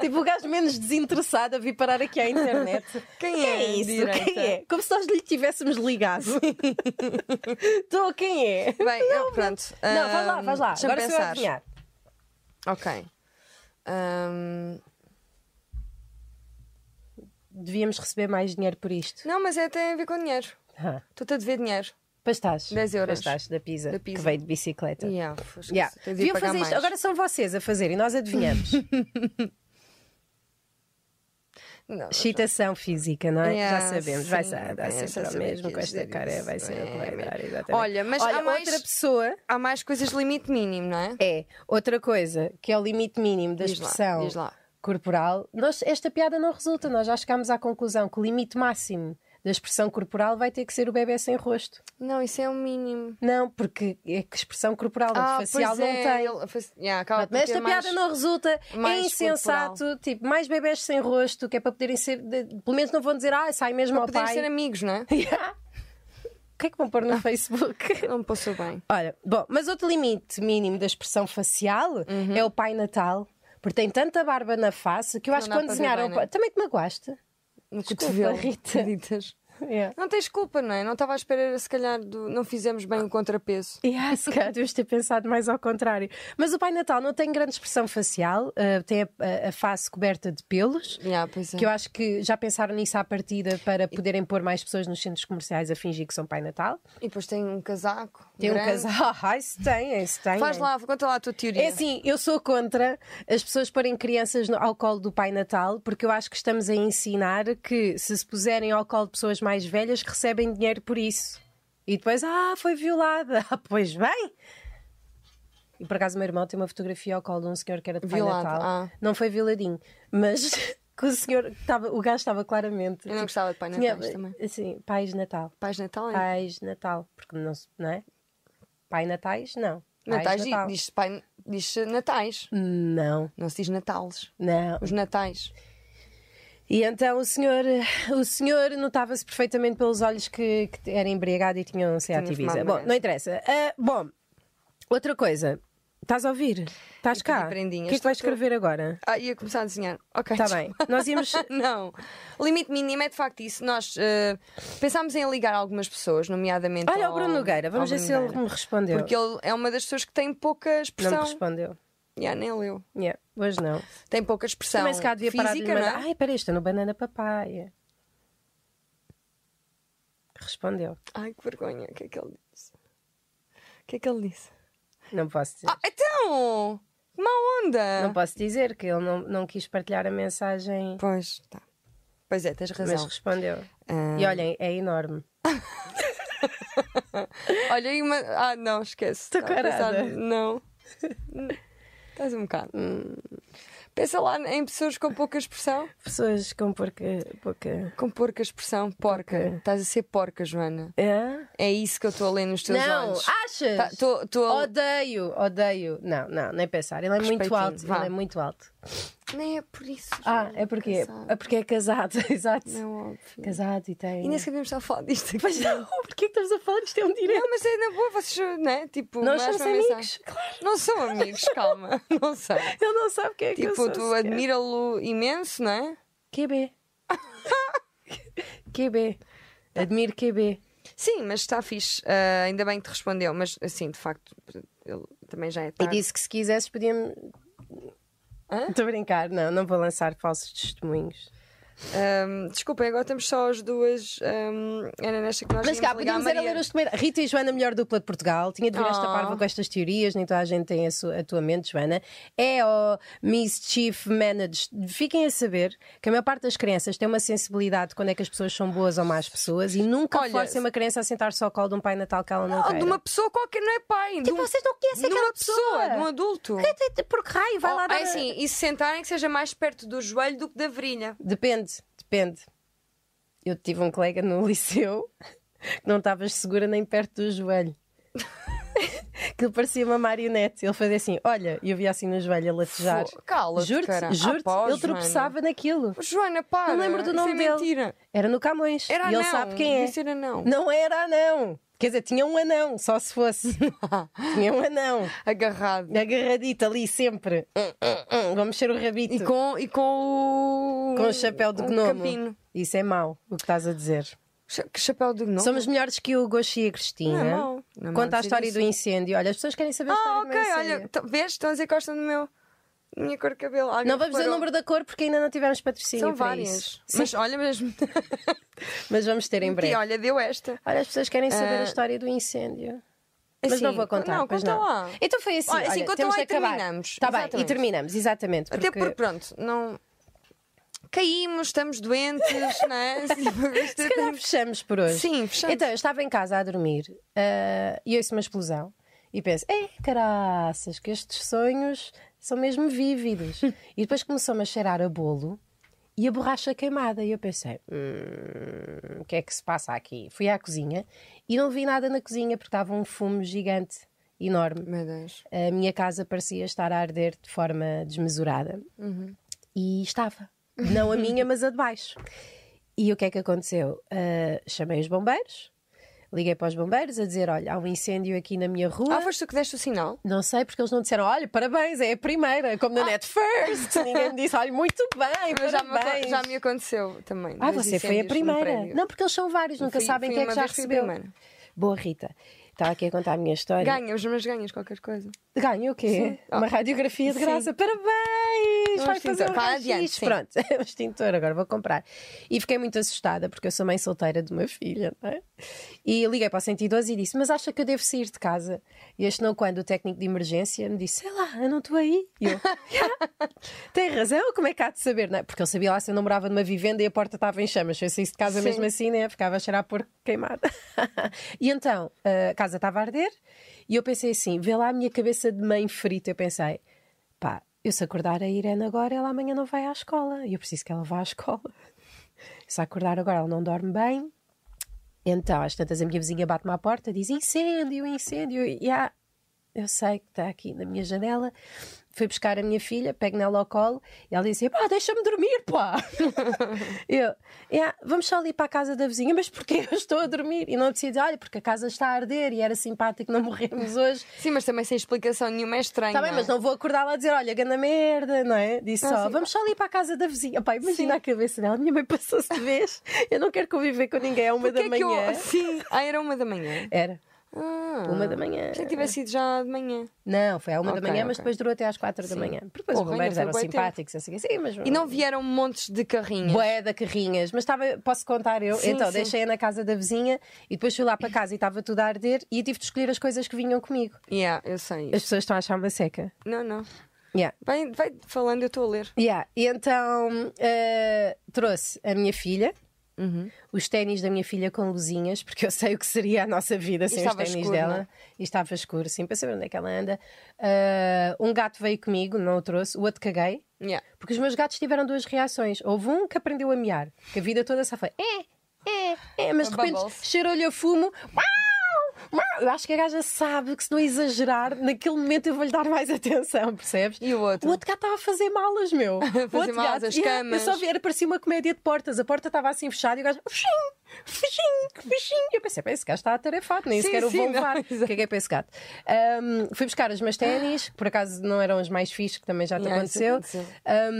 Speaker 2: tipo, o gajo menos desinteressado a vir parar aqui à internet.
Speaker 1: Quem
Speaker 2: Quem
Speaker 1: é
Speaker 2: é isso?
Speaker 1: direita?
Speaker 2: Quem é? Como se nós lhe tivéssemos ligado.
Speaker 1: (laughs)
Speaker 2: Estou, quem
Speaker 1: (laughs)
Speaker 2: é?
Speaker 1: Bem, eu, pronto.
Speaker 2: Não, faz lá,
Speaker 1: Ahm,
Speaker 2: faz lá.
Speaker 1: deixa-me
Speaker 2: Agora sou eu a adivinhar.
Speaker 1: Ok. Ahm,
Speaker 2: Devíamos receber mais dinheiro por isto.
Speaker 1: não, mas é tem a ver com dinheiro.
Speaker 2: Ah.
Speaker 1: Estou-te a dever dinheiro.
Speaker 2: Pois estás.
Speaker 1: 10 euros.
Speaker 2: Pois estás, da Pisa,
Speaker 1: Da
Speaker 2: que
Speaker 1: Pisa.
Speaker 2: veio de bicicleta.
Speaker 1: Yeah, pô, esquece.
Speaker 2: Yeah.
Speaker 1: Tenho de ir
Speaker 2: Deviam
Speaker 1: pagar
Speaker 2: fazer isto.
Speaker 1: mais.
Speaker 2: Agora são vocês a fazerem,
Speaker 1: (laughs)
Speaker 2: nós adivinhamos.
Speaker 1: Não,
Speaker 2: Excitação física, não é?
Speaker 1: Yeah,
Speaker 2: Já sabemos, vai
Speaker 1: sim,
Speaker 2: ser,
Speaker 1: é,
Speaker 2: dá
Speaker 1: já
Speaker 2: sempre ao
Speaker 1: sabia
Speaker 2: mesmo
Speaker 1: que
Speaker 2: com
Speaker 1: ias
Speaker 2: esta
Speaker 1: dizer
Speaker 2: cara,
Speaker 1: isso.
Speaker 2: vai ser
Speaker 1: É,
Speaker 2: o que vai
Speaker 1: mesmo.
Speaker 2: dar, exatamente.
Speaker 1: Olha, mas
Speaker 2: Olha,
Speaker 1: há, mais,
Speaker 2: outra pessoa
Speaker 1: há mais coisas de limite mínimo, não é?
Speaker 2: é outra coisa que é o limite mínimo da
Speaker 1: Diz lá,
Speaker 2: expressão
Speaker 1: diz lá.
Speaker 2: corporal. Nós, esta piada não resulta, nós já chegámos à conclusão que o limite máximo da expressão corporal vai ter que ser o bebê sem rosto.
Speaker 1: Não, isso é
Speaker 2: um
Speaker 1: o mínimo.
Speaker 2: Não, porque é que expressão corporal não, facial
Speaker 1: pois
Speaker 2: não
Speaker 1: é,
Speaker 2: tem.
Speaker 1: ele- faci- yeah, acaba
Speaker 2: Pronto,
Speaker 1: por
Speaker 2: mas
Speaker 1: ter
Speaker 2: esta
Speaker 1: mais-
Speaker 2: piada não resulta, é
Speaker 1: mais
Speaker 2: insensato. Tipo, mais bebés sem rosto, (laughs) que é para poderem ser. de- pelo menos não vão dizer, ah, sai mesmo
Speaker 1: Para
Speaker 2: ao
Speaker 1: poderem
Speaker 2: pai.
Speaker 1: ser amigos, não é?
Speaker 2: Yeah. que é que vão pôr no Facebook? (laughs)
Speaker 1: Não me passou bem.
Speaker 2: Olha, bom, mas outro limite mínimo da expressão facial
Speaker 1: Uhum.
Speaker 2: é o Pai Natal, porque tem tanta barba na face que eu acho
Speaker 1: dá
Speaker 2: que quando
Speaker 1: para ver
Speaker 2: desenharam.
Speaker 1: bem,
Speaker 2: o
Speaker 1: né?
Speaker 2: pa- Também te magoaste. (laughs)
Speaker 1: No
Speaker 2: Desculpa,
Speaker 1: cotovelo.
Speaker 2: Rita.
Speaker 1: Ditas.
Speaker 2: Yeah.
Speaker 1: Não tens culpa, não é? Não estava à espera, se calhar, do... não fizemos bem o contrapeso.
Speaker 2: Yeah, (laughs) se calhar devias ter pensado mais ao contrário. Mas o Pai Natal não tem grande expressão facial, eh, tem a, a- a face coberta de pelos.
Speaker 1: Já, pois é.
Speaker 2: Que eu acho que já pensaram nisso à partida para poderem pôr mais pessoas nos centros comerciais a fingir que são Pai Natal.
Speaker 1: E depois tem um casaco.
Speaker 2: Tem um
Speaker 1: grande.
Speaker 2: casal. (laughs) Ai, se tem, se tem.
Speaker 1: Faz lá, conta lá a tua teoria.
Speaker 2: É assim, eu sou contra as pessoas porem crianças no- ao colo do Pai Natal, porque eu acho que estamos a ensinar que se se puserem ao colo de pessoas mais velhas, recebem dinheiro por isso. E depois, ah, foi violada. (laughs) Ah, pois bem. E por acaso o meu irmão tem uma fotografia ao colo de um senhor que era de Pai
Speaker 1: Violado,
Speaker 2: Natal.
Speaker 1: ah.
Speaker 2: Não foi violadinho, mas (laughs) que o senhor, estava, o gajo estava claramente. tipo,
Speaker 1: Eu não gostava de Pai
Speaker 2: tinha-
Speaker 1: Natais também.
Speaker 2: Assim, Pais Natal.
Speaker 1: Pais de Natal, é?
Speaker 2: Pais Natal. Porque não, se- não é? Pai Natais, não. Pais
Speaker 1: Natais, di- diz-se pai... diz Natais.
Speaker 2: Não,
Speaker 1: Não se diz Natales.
Speaker 2: não.
Speaker 1: Os Natais.
Speaker 2: E então o senhor, o senhor notava-se perfeitamente pelos olhos que, que era embriagado e tinha um
Speaker 1: tinha
Speaker 2: Seativiza.
Speaker 1: fumado
Speaker 2: Bom,
Speaker 1: maconha.
Speaker 2: não interessa. Ah, bom, outra coisa. Estás a ouvir? Estás cá?
Speaker 1: pedi prendinhas.
Speaker 2: O que é que vais
Speaker 1: Estou-
Speaker 2: escrever agora?
Speaker 1: Ah, ia começar a desenhar. Ok.
Speaker 2: Está Tá bem.
Speaker 1: (laughs)
Speaker 2: Nós íamos...
Speaker 1: não. O limite mínimo é de facto isso. Nós eh, pensámos em ligar algumas pessoas, nomeadamente.
Speaker 2: Olha
Speaker 1: ao-
Speaker 2: o Bruno Nogueira. Vamos
Speaker 1: ao
Speaker 2: ver se
Speaker 1: Bruno
Speaker 2: ele me
Speaker 1: Nogueira.
Speaker 2: respondeu.
Speaker 1: Porque ele é uma das pessoas que tem pouca
Speaker 2: Não me
Speaker 1: expressão.
Speaker 2: respondeu.
Speaker 1: Já, nem leu.
Speaker 2: Yeah, hoje não.
Speaker 1: Tem pouca expressão.
Speaker 2: Também se calhar devia parar de lhe
Speaker 1: física,
Speaker 2: mandar.
Speaker 1: não é?
Speaker 2: Ai, peraí, estou no Banana Papaya. Respondeu.
Speaker 1: Ai, que vergonha. O que é que ele disse? O que é que ele disse?
Speaker 2: Não posso dizer.
Speaker 1: Ah, então! Que má onda!
Speaker 2: Não posso dizer que ele não, não quis partilhar a mensagem,
Speaker 1: Pois, tá. Pois é, tens
Speaker 2: mas
Speaker 1: razão.
Speaker 2: respondeu.
Speaker 1: Ah,
Speaker 2: E olhem, é enorme.
Speaker 1: olha aí uma. Ah, não, esquece.
Speaker 2: Tô
Speaker 1: Estava a pensar-
Speaker 2: corada.
Speaker 1: Não. Hum, Estás um bocado. Pensa lá em pessoas com pouca expressão.
Speaker 2: Pessoas com porca. porca.
Speaker 1: Com porca expressão, porca.
Speaker 2: Ok.
Speaker 1: Estás a ser porca, Joana.
Speaker 2: É?
Speaker 1: É isso que eu estou a ler nos teus
Speaker 2: Não, ah,
Speaker 1: olhos.
Speaker 2: achas?
Speaker 1: Tá, tô- tô a-
Speaker 2: Odeio, odeio. Não, não, nem pensar. Ele é muito
Speaker 1: Respeitinho,
Speaker 2: alto.
Speaker 1: vá.
Speaker 2: Ele é muito alto.
Speaker 1: Nem é por isso.
Speaker 2: Ah,
Speaker 1: Joana,
Speaker 2: é porque
Speaker 1: cansada.
Speaker 2: é porque é casado, (laughs) exato.
Speaker 1: Não, é óbvio.
Speaker 2: Casado e tem.
Speaker 1: E nem sabíamos estar a falar
Speaker 2: (laughs)
Speaker 1: disto aqui.
Speaker 2: Mas não, porquê que estamos a falar disto? É um direito.
Speaker 1: Não, mas é na boa, vocês, né? Tipo,
Speaker 2: Nós
Speaker 1: mais
Speaker 2: somos
Speaker 1: uma mensagem.
Speaker 2: amigos, claro.
Speaker 1: Não são amigos, calma. (laughs) Não são.
Speaker 2: Ele não sabe quem é que eu sou.
Speaker 1: Tipo, tu
Speaker 2: sequer.
Speaker 1: admira-lo imenso, não é? (laughs)
Speaker 2: QB. QB. Admiro QB.
Speaker 1: Sim, mas está fixe. Ah, ainda bem que te respondeu, mas assim, de facto, ele também já é
Speaker 2: E
Speaker 1: tarde.
Speaker 2: disse que se quisesses podíamos.
Speaker 1: Hã?
Speaker 2: Estou a brincar, não, não vou lançar falsos testemunhos.
Speaker 1: Ahm, desculpem, agora estamos só as duas. ahm, era nesta que nós
Speaker 2: Mas
Speaker 1: íamos
Speaker 2: cá,
Speaker 1: ligar a
Speaker 2: podíamos era
Speaker 1: Maria.
Speaker 2: ler os documentários. Rita e Joana, melhor dupla de Portugal. Tinha de vir esta
Speaker 1: Oh.
Speaker 2: parva com estas teorias, nem toda a gente tem a, sua, a tua mente, Joana. É o Mischief Managed. Fiquem a saber que a maior parte das crianças tem uma sensibilidade de quando é que as pessoas são boas ou más pessoas e nunca
Speaker 1: Olha,
Speaker 2: forcem uma criança a sentar-se ao colo de um pai natal que ela não,
Speaker 1: Não,
Speaker 2: queira.
Speaker 1: de uma pessoa qualquer, não é pai. de
Speaker 2: Tipo,
Speaker 1: um-
Speaker 2: vocês não conhecem
Speaker 1: de
Speaker 2: aquela
Speaker 1: uma
Speaker 2: pessoa.
Speaker 1: de um adulto.
Speaker 2: Porque raio, vai lá
Speaker 1: Oh,
Speaker 2: dar...
Speaker 1: é assim, e se sentarem que seja mais perto do joelho do que da virilha.
Speaker 2: Depende, depende. Eu tive um colega no (laughs) liceu que não estavas segura nem perto
Speaker 1: (laughs)
Speaker 2: do joelho. que ele parecia uma marionete. Ele fazia assim, olha, e eu via assim no joelho a latejar.
Speaker 1: Fo- cala-te, cara.
Speaker 2: Juro-te, juro-te,
Speaker 1: Ah, pá,
Speaker 2: ele
Speaker 1: Joana.
Speaker 2: tropeçava naquilo.
Speaker 1: Joana, para.
Speaker 2: Não lembro do
Speaker 1: isso
Speaker 2: nome
Speaker 1: é
Speaker 2: dele.
Speaker 1: mentira.
Speaker 2: Era no Camões.
Speaker 1: Era
Speaker 2: e ele
Speaker 1: anão,
Speaker 2: sabe quem é.
Speaker 1: devia ser anão. (laughs)
Speaker 2: Não era anão. Quer dizer, tinha um anão, só
Speaker 1: (laughs)
Speaker 2: se fosse. tinha um anão.
Speaker 1: Agarrado.
Speaker 2: Agarradito ali sempre. Hum, hum, hum, Vamos ser o rabito.
Speaker 1: E com, e com o.
Speaker 2: Com o chapéu de
Speaker 1: um
Speaker 2: gnomo.
Speaker 1: capinho.
Speaker 2: Isso é mau, o que estás a dizer.
Speaker 1: Cha- Que chapéu de gnomo?
Speaker 2: Somos melhores que o Goshi e a Cristina.
Speaker 1: Não é mau. Não é mau
Speaker 2: Conta a
Speaker 1: dizer
Speaker 2: história
Speaker 1: isso.
Speaker 2: do incêndio. Olha, as pessoas querem saber a
Speaker 1: Ah,
Speaker 2: história
Speaker 1: ok,
Speaker 2: do meu incêndio.
Speaker 1: olha, t- vês? Estão a dizer que gostam do meu. da Minha cor de cabelo. Alguém
Speaker 2: Não vamos dizer o
Speaker 1: reparou?
Speaker 2: número da cor porque ainda não tivemos patrocínio
Speaker 1: São
Speaker 2: para
Speaker 1: várias.
Speaker 2: isso.
Speaker 1: Mas olha, mesmo.
Speaker 2: Mas vamos ter em (laughs) breve.
Speaker 1: E olha, deu esta.
Speaker 2: Olha, as pessoas querem saber
Speaker 1: Ah,
Speaker 2: a história do incêndio. Mas
Speaker 1: assim,
Speaker 2: não vou contar.
Speaker 1: Não,
Speaker 2: pois
Speaker 1: conta
Speaker 2: não.
Speaker 1: lá.
Speaker 2: Então foi assim.
Speaker 1: Olha, assim,
Speaker 2: olha,
Speaker 1: conta lá
Speaker 2: temos de
Speaker 1: e
Speaker 2: acabar.
Speaker 1: terminamos.
Speaker 2: Está bem, e
Speaker 1: Exatamente.
Speaker 2: terminamos, exatamente.
Speaker 1: Até porque, pronto, não. Caímos, estamos doentes, (laughs) não é?
Speaker 2: Se calhar fechamos por hoje.
Speaker 1: Sim, fechamos.
Speaker 2: Então, eu estava em casa a dormir ah, e ouço uma explosão e penso: é, caraças, que estes sonhos são mesmo vívidos. e depois começou-me a cheirar a bolo e a borracha queimada. E eu pensei: hum, o que é que se passa aqui? Fui à cozinha e não vi nada na cozinha porque estava um fumo gigante, enorme
Speaker 1: Meu Deus.
Speaker 2: a minha casa parecia estar a arder de forma desmesurada. E estava. Não a minha, mas a de baixo. E o que é que aconteceu? Ah, chamei os bombeiros. Liguei para os bombeiros a dizer: olha, há um incêndio aqui na minha rua.
Speaker 1: Ah, foste tu que deste o sinal?
Speaker 2: Não sei, porque eles não disseram, olha, parabéns, é a primeira, como
Speaker 1: Ah.
Speaker 2: na
Speaker 1: (laughs)
Speaker 2: Net First. Ninguém me disse, olha, muito bem,
Speaker 1: Mas já me,
Speaker 2: parabéns.
Speaker 1: aco- já me aconteceu também. é
Speaker 2: Ah,
Speaker 1: dois
Speaker 2: você foi a
Speaker 1: incêndios no
Speaker 2: primeira.
Speaker 1: prédio.
Speaker 2: Não, porque eles são vários, nunca
Speaker 1: Fui-
Speaker 2: sabem
Speaker 1: fui
Speaker 2: quem é que
Speaker 1: uma
Speaker 2: já
Speaker 1: vez, fui a
Speaker 2: recebeu.
Speaker 1: primeira.
Speaker 2: Boa, Rita. Estava aqui a contar a minha história.
Speaker 1: Ganhas, mas ganhas qualquer coisa.
Speaker 2: Ganho o quê? Uma radiografia de graça. Parabéns!
Speaker 1: Um
Speaker 2: Vai fazer um
Speaker 1: extintor. Vá
Speaker 2: raio-x.
Speaker 1: adiante, sim.
Speaker 2: Pronto, (laughs) é um extintor, agora vou comprar. E fiquei muito assustada, porque eu sou mãe solteira de uma filha, não é? E liguei para o 112 e disse: Mas acha que eu devo sair de casa? E este não, quando o técnico de emergência me disse: Sei lá, eu não estou aí. E eu: "Ya, Tem razão, como é que há de saber? Não é? Porque ele sabia lá se eu não morava numa vivenda e a porta estava em chamas. Se eu saísse de casa
Speaker 1: Sim.
Speaker 2: mesmo assim, né? Ficava a cheirar a porco queimado. (laughs) e então, a casa estava a arder e eu pensei assim: vê lá a minha cabeça de mãe frita. Eu pensei: pá, eu se acordar a Irene agora, ela amanhã não vai à escola. E eu preciso que ela vá à escola. Se acordar agora, ela não dorme bem. Então, às tantas, a minha vizinha bate-me à porta, diz: incêndio, incêndio. E há. Eu sei que está aqui na minha janela. Fui buscar a minha filha, pego nela ao colo e ela dizia: pá, deixa-me dormir,
Speaker 1: (laughs)
Speaker 2: pá. eu, "Ya, vamos só ali para a casa da vizinha, mas porquê eu estou a dormir? E não decidi, olha, porque a casa está a arder e era simpático, não morremos hoje.
Speaker 1: Sim, mas também sem explicação nenhuma é estranho.
Speaker 2: Está Tá bem,
Speaker 1: não é?
Speaker 2: mas não vou acordar lá a dizer, olha, ganda merda, não é? Disse
Speaker 1: Não,
Speaker 2: só,
Speaker 1: sim.
Speaker 2: vamos só ali para a casa da vizinha. Pá, imagina
Speaker 1: Sim.
Speaker 2: a cabeça dela, minha mãe passou-se de vez, eu não quero conviver com ninguém, é uma
Speaker 1: Porquê
Speaker 2: da
Speaker 1: que eu-
Speaker 2: manhã.
Speaker 1: Sim, ah, era uma da manhã.
Speaker 2: Era,
Speaker 1: Ah,
Speaker 2: uma da manhã.
Speaker 1: Se eu tivesse sido já de manhã.
Speaker 2: Não, foi à uma da
Speaker 1: Ok,
Speaker 2: manhã, mas
Speaker 1: ok.
Speaker 2: depois durou até às quatro da
Speaker 1: Sim.
Speaker 2: manhã. Porque depois os
Speaker 1: Porra, ainda
Speaker 2: bombeiros
Speaker 1: foi
Speaker 2: eram
Speaker 1: bué tempo.
Speaker 2: simpáticos, assim, assim, mas...
Speaker 1: E não vieram montes de carrinhos.
Speaker 2: Boé da carrinhas, mas estava, posso contar eu?
Speaker 1: Sim,
Speaker 2: então,
Speaker 1: sim.
Speaker 2: deixei-a na casa da vizinha e depois fui lá para casa e estava tudo a arder e tive de escolher as coisas que vinham comigo.
Speaker 1: Yeah, eu sei.
Speaker 2: As pessoas estão a achar uma seca.
Speaker 1: Não, não.
Speaker 2: Yeah.
Speaker 1: Vai, vai falando, eu estou a ler.
Speaker 2: Yeah. E então eh, trouxe a minha filha, os ténis da minha filha com luzinhas, porque eu sei o que seria a nossa vida sem os
Speaker 1: estava
Speaker 2: ténis
Speaker 1: escuro,
Speaker 2: dela.
Speaker 1: não é?
Speaker 2: E estava escuro, sim, para saber onde é que ela anda. Eh, um gato veio comigo, não o trouxe, o outro caguei.
Speaker 1: Yeah.
Speaker 2: Porque os meus gatos tiveram duas reações. Houve um que aprendeu a miar, que a vida toda só foi é, é, é, mas de repente
Speaker 1: Bubbles.
Speaker 2: cheirou-lhe a fumo. "Mau, mau". Eu acho que a gaja sabe que se não exagerar, naquele momento eu vou-lhe dar mais (laughs) atenção, percebes?
Speaker 1: E o outro?
Speaker 2: O outro gato estava a fazer
Speaker 1: (laughs)
Speaker 2: malas, meu. o outro
Speaker 1: malas,
Speaker 2: gato,
Speaker 1: as
Speaker 2: yeah,
Speaker 1: camas.
Speaker 2: Eu só vi, era parecia uma comédia de portas. A porta estava assim fechada e o gajo, fuxim, fuxim, fuxim. E Eu pensei, "Pá, esse gajo está atarefado, nem
Speaker 1: Sim,
Speaker 2: sequer o
Speaker 1: sim,
Speaker 2: vou
Speaker 1: não,
Speaker 2: levar.
Speaker 1: (laughs) exato.
Speaker 2: Caguei é para esse gato. Ahm, fui buscar os meus ténis, que por acaso não eram os mais fixos, que também já te
Speaker 1: Yeah, É, isso
Speaker 2: aconteceu.
Speaker 1: aconteceu.
Speaker 2: (clears throat)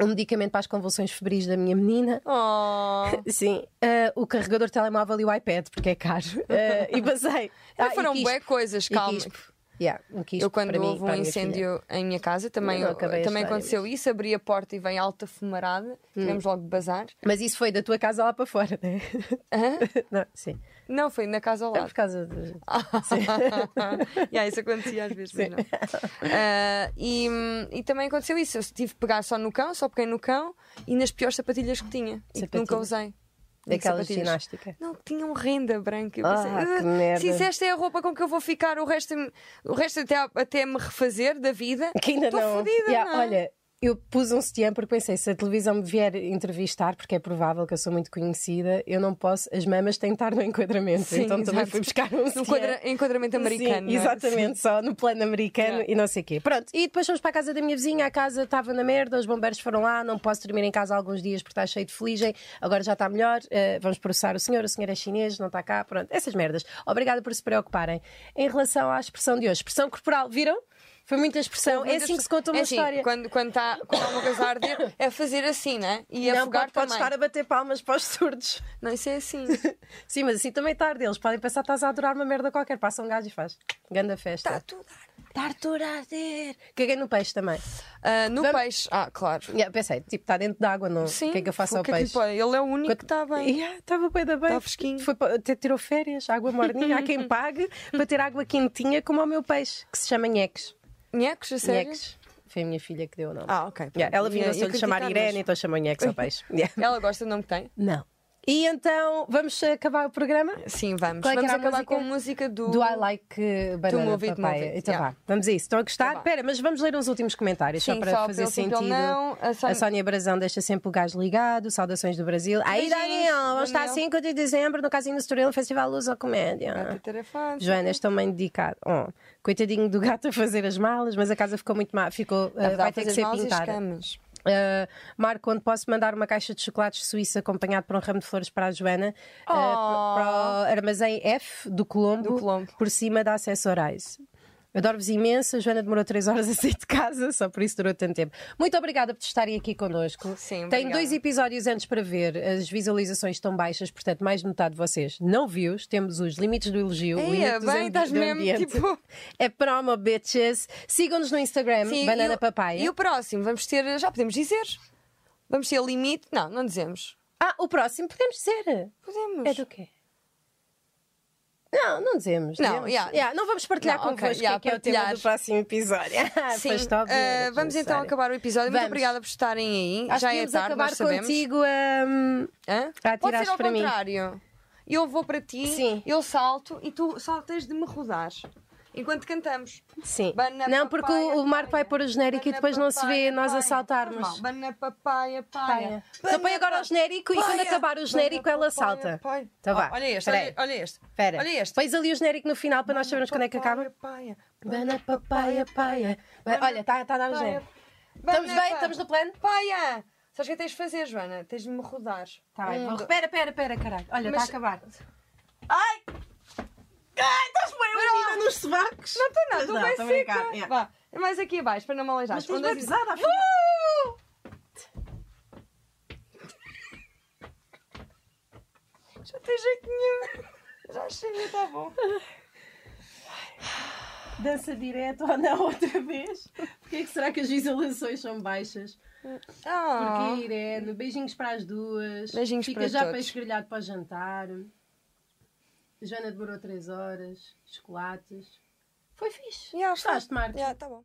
Speaker 2: Um, um medicamento para as convulsões febris da minha menina.
Speaker 1: Oh.
Speaker 2: Sim, ah, o carregador de telemóvel e o iPad, porque é caro. Ah, e basei.
Speaker 1: Não
Speaker 2: e
Speaker 1: foram
Speaker 2: quispo.
Speaker 1: bué coisas,
Speaker 2: E
Speaker 1: calma.
Speaker 2: quispo. Yeah, um quispo
Speaker 1: eu, quando
Speaker 2: para mim,
Speaker 1: houve
Speaker 2: para
Speaker 1: um
Speaker 2: a minha filha.
Speaker 1: incêndio em minha casa, também,
Speaker 2: Eu não acabei a Hum.
Speaker 1: também
Speaker 2: história,
Speaker 1: aconteceu isso. Abri a porta e vem alta fumarada. Tivemos logo de bazar.
Speaker 2: Mas isso foi da tua casa lá para fora, né? (laughs) não é? Sim.
Speaker 1: Não, foi na casa ao
Speaker 2: É
Speaker 1: lado.
Speaker 2: por causa de.
Speaker 1: (laughs) yeah, isso acontecia às vezes, mas não. Ah, e, e também aconteceu isso. Eu tive que pegar só no cão, só peguei no cão e nas piores sapatilhas que tinha. E que nunca
Speaker 2: Sapatilhas?
Speaker 1: usei. Digo
Speaker 2: Daquelas de
Speaker 1: sapatilhas.
Speaker 2: ginástica.
Speaker 1: Não, que tinham renda branca. Eu
Speaker 2: Ah,
Speaker 1: pensei, "Ah,
Speaker 2: que merda."
Speaker 1: se isso- esta é a roupa com que eu vou ficar, o resto, o resto até, até me refazer da vida.
Speaker 2: (laughs) Que ainda
Speaker 1: Estou
Speaker 2: não.
Speaker 1: fodida,
Speaker 2: Yeah,
Speaker 1: não é?
Speaker 2: Olha, eu pus um sutiã porque pensei, se a televisão me vier entrevistar, porque é provável que eu sou muito conhecida, eu não posso, as mamas têm de estar no enquadramento.
Speaker 1: Sim,
Speaker 2: então também
Speaker 1: exato.
Speaker 2: fui buscar um sutiã.
Speaker 1: No quadra- enquadramento americano.
Speaker 2: Sim,
Speaker 1: não é?
Speaker 2: exatamente, só no plano americano
Speaker 1: Yeah.
Speaker 2: e não sei o quê. Pronto, e depois fomos para a casa da minha vizinha, a casa estava na merda, os bombeiros foram lá, não posso dormir em casa há alguns dias porque está cheio de fuligem, agora já está melhor, eh, vamos processar o senhor, o senhor é chinês, não está cá, pronto, essas merdas. Obrigada por se preocuparem. Em relação à expressão de hoje, expressão corporal, viram? Foi muita expressão,
Speaker 1: Muitas
Speaker 2: é assim que se
Speaker 1: pessoas-
Speaker 2: conta uma
Speaker 1: é assim,
Speaker 2: história.
Speaker 1: Quando, quando, tá, quando há uma coisa a arder, é fazer assim, né? E
Speaker 2: Não,
Speaker 1: afogar
Speaker 2: pode, pode
Speaker 1: também.
Speaker 2: estar a bater palmas para os surdos. (laughs)
Speaker 1: Não, isso é assim.
Speaker 2: Sim, mas assim também tarde. Eles podem pensar que estás a adorar uma merda qualquer. Passa um gajo e faz. Ganda festa.
Speaker 1: Está tudo Tá, a arder.
Speaker 2: Está Tá tudo a arder. Caguei no peixe também.
Speaker 1: Ah, no
Speaker 2: Vamos-
Speaker 1: peixe. Ah, claro.
Speaker 2: Yeah, pensei, tipo, está dentro d'água, não?
Speaker 1: Sim.
Speaker 2: o que é que eu faço
Speaker 1: o
Speaker 2: ao
Speaker 1: que é que
Speaker 2: peixe?
Speaker 1: lhe pode- ele é o único que está bem.
Speaker 2: Yeah, Estava tá bem da bem.
Speaker 1: Tá fresquinho.
Speaker 2: Foi, pa- até tirou férias, água morninha. Há
Speaker 1: (laughs)
Speaker 2: quem pague para ter água quentinha, como ao meu peixe, que se chama Nheques.
Speaker 1: Nheques, a sério?
Speaker 2: Nheques. Foi a minha filha que deu o nome.
Speaker 1: Ah, ok. pronto.
Speaker 2: Yeah, ela vinha
Speaker 1: Ia-
Speaker 2: se
Speaker 1: ia
Speaker 2: eu lhe chamar
Speaker 1: criticar,
Speaker 2: Irene,
Speaker 1: mas-
Speaker 2: então chamou Nheques
Speaker 1: (laughs)
Speaker 2: ao peixe. Yeah.
Speaker 1: Ela gosta do nome que tem?
Speaker 2: Não. E então, vamos acabar o programa?
Speaker 1: Sim, vamos.
Speaker 2: Qual é que
Speaker 1: vamos
Speaker 2: era a
Speaker 1: acabar com
Speaker 2: música?
Speaker 1: a música do.
Speaker 2: Do I Like eh, Banana
Speaker 1: move it,
Speaker 2: Papaya.
Speaker 1: move it.
Speaker 2: Então
Speaker 1: Yeah.
Speaker 2: vá, vamos a isso. Estão a gostar?
Speaker 1: Então vá.
Speaker 2: Espera, mas vamos ler uns últimos comentários só
Speaker 1: Sim,
Speaker 2: para
Speaker 1: só
Speaker 2: fazer
Speaker 1: pelo sim, pelo
Speaker 2: sentido.
Speaker 1: não. A Sónia-
Speaker 2: Brazão deixa sempre o gás ligado. Saudações do Brasil. Aí,
Speaker 1: Beijinhos,
Speaker 2: Daniel, vamos estar
Speaker 1: Daniel.
Speaker 2: 5 de dezembro no Casino Estoril, no Festival Luz ou
Speaker 1: Ah,
Speaker 2: Comédia.
Speaker 1: tatarafá,
Speaker 2: Joana, estou bem dedicada. Oh, coitadinho do gato a fazer as malas, mas a casa ficou muito má. Ficou, eh,
Speaker 1: Dá para
Speaker 2: vai ter
Speaker 1: fazer
Speaker 2: que ser
Speaker 1: malas e
Speaker 2: pintada.
Speaker 1: escamas.
Speaker 2: Uh, Marco, onde posso mandar uma caixa de chocolates suíça acompanhado por um ramo de flores para a Joana uh,
Speaker 1: Oh.
Speaker 2: para o armazém F do Colombo,
Speaker 1: Do Colombo.
Speaker 2: por cima da Acesso Orais. Adoro-vos imenso. A Joana demorou 3 horas a sair de casa, só por isso durou tanto tempo. Muito obrigada por estarem aqui connosco.
Speaker 1: Sim,
Speaker 2: Tem
Speaker 1: obrigada.
Speaker 2: dois episódios antes para ver. As visualizações estão baixas, portanto, mais de metade de vocês não viu-os. Temos os limites do elogio, o
Speaker 1: Eia,
Speaker 2: limite
Speaker 1: bem,
Speaker 2: dos ambi-
Speaker 1: estás
Speaker 2: do
Speaker 1: mesmo,
Speaker 2: ambiente.
Speaker 1: tipo-
Speaker 2: É promo, bitches. Sigam-nos no Instagram,
Speaker 1: Sim,
Speaker 2: Banana
Speaker 1: e o-
Speaker 2: Papaya.
Speaker 1: E o próximo, vamos ter, já podemos dizer. Vamos ter limite. Não, não dizemos.
Speaker 2: Ah, o próximo podemos dizer.
Speaker 1: Podemos.
Speaker 2: É do quê? Não, não dizemos.
Speaker 1: Não,
Speaker 2: dizemos.
Speaker 1: yeah.
Speaker 2: Yeah, não vamos partilhar
Speaker 1: Não, ok,
Speaker 2: convosco
Speaker 1: yeah,
Speaker 2: que é, que é o tema
Speaker 1: partilhar.
Speaker 2: do próximo (laughs) episódio. Ah,
Speaker 1: Sim,
Speaker 2: Foste óbvio,
Speaker 1: eh,
Speaker 2: era
Speaker 1: vamos então
Speaker 2: necessário.
Speaker 1: acabar o episódio. Muito
Speaker 2: Vamos.
Speaker 1: obrigada por estarem aí.
Speaker 2: Acho
Speaker 1: já
Speaker 2: que
Speaker 1: é
Speaker 2: íamos
Speaker 1: tarde,
Speaker 2: acabar
Speaker 1: nós sabemos.
Speaker 2: contigo hum,
Speaker 1: Hã? Pode
Speaker 2: Ah, tiraste
Speaker 1: ser ao
Speaker 2: para mim.
Speaker 1: contrário. Eu vou para ti,
Speaker 2: Sim.
Speaker 1: eu salto e tu saltas de me rodar enquanto cantamos.
Speaker 2: Sim.
Speaker 1: Banana
Speaker 2: não, porque
Speaker 1: papaya,
Speaker 2: o, o Marco
Speaker 1: papaya.
Speaker 2: vai pôr o genérico e
Speaker 1: Banana
Speaker 2: depois não se vê
Speaker 1: papaya,
Speaker 2: nós a
Speaker 1: papaya.
Speaker 2: saltarmos.
Speaker 1: Normal. Banana papaya, paia.
Speaker 2: Papaya. Então põe agora o genérico e quando acabar o genérico ela salta. Então vá.
Speaker 1: Oh, Olha este,
Speaker 2: Espera
Speaker 1: olha,
Speaker 2: aí.
Speaker 1: olha este.
Speaker 2: Espera.
Speaker 1: Olha este.
Speaker 2: Pões ali o genérico no final para nós sabermos quando é que acaba.
Speaker 1: Papaya, paia.
Speaker 2: Bana papaya paia. Ba- Olha, está tá a dar o
Speaker 1: Paia.
Speaker 2: genérico. Estamos
Speaker 1: Banana
Speaker 2: bem? Estamos no plano?
Speaker 1: Paia! Sabes o que é que tens de fazer, Joana? Tens de me rodar.
Speaker 2: Tá bem,
Speaker 1: Um,
Speaker 2: vou...
Speaker 1: dois-
Speaker 2: Pera, pera, pera, caralho. Olha, está
Speaker 1: Mas-
Speaker 2: a acabar.
Speaker 1: Ai!
Speaker 2: Ai, estás bem
Speaker 1: unida
Speaker 2: nos sovacos.
Speaker 1: é Não estou nada, estou bem
Speaker 2: estou a brincar,
Speaker 1: seca.
Speaker 2: é.
Speaker 1: Vá, mais aqui abaixo, para não me aleijar. é
Speaker 2: Mas tens bem pesada, afinal.
Speaker 1: Uh! Já tem jeito nenhum. (laughs) Já chega, está bom.
Speaker 2: Dança direto ou não (laughs) outra vez? Porquê é que será que as visualizações são baixas?
Speaker 1: Ah,
Speaker 2: Porque Irene, beijinhos para as duas.
Speaker 1: Beijinhos
Speaker 2: Fica
Speaker 1: para
Speaker 2: já
Speaker 1: todos.
Speaker 2: para esgrelhado para o jantar. Joana demorou 3 horas. Chocolates. Foi fixe.
Speaker 1: já
Speaker 2: Gostaste, Marcos?
Speaker 1: Já, está bom.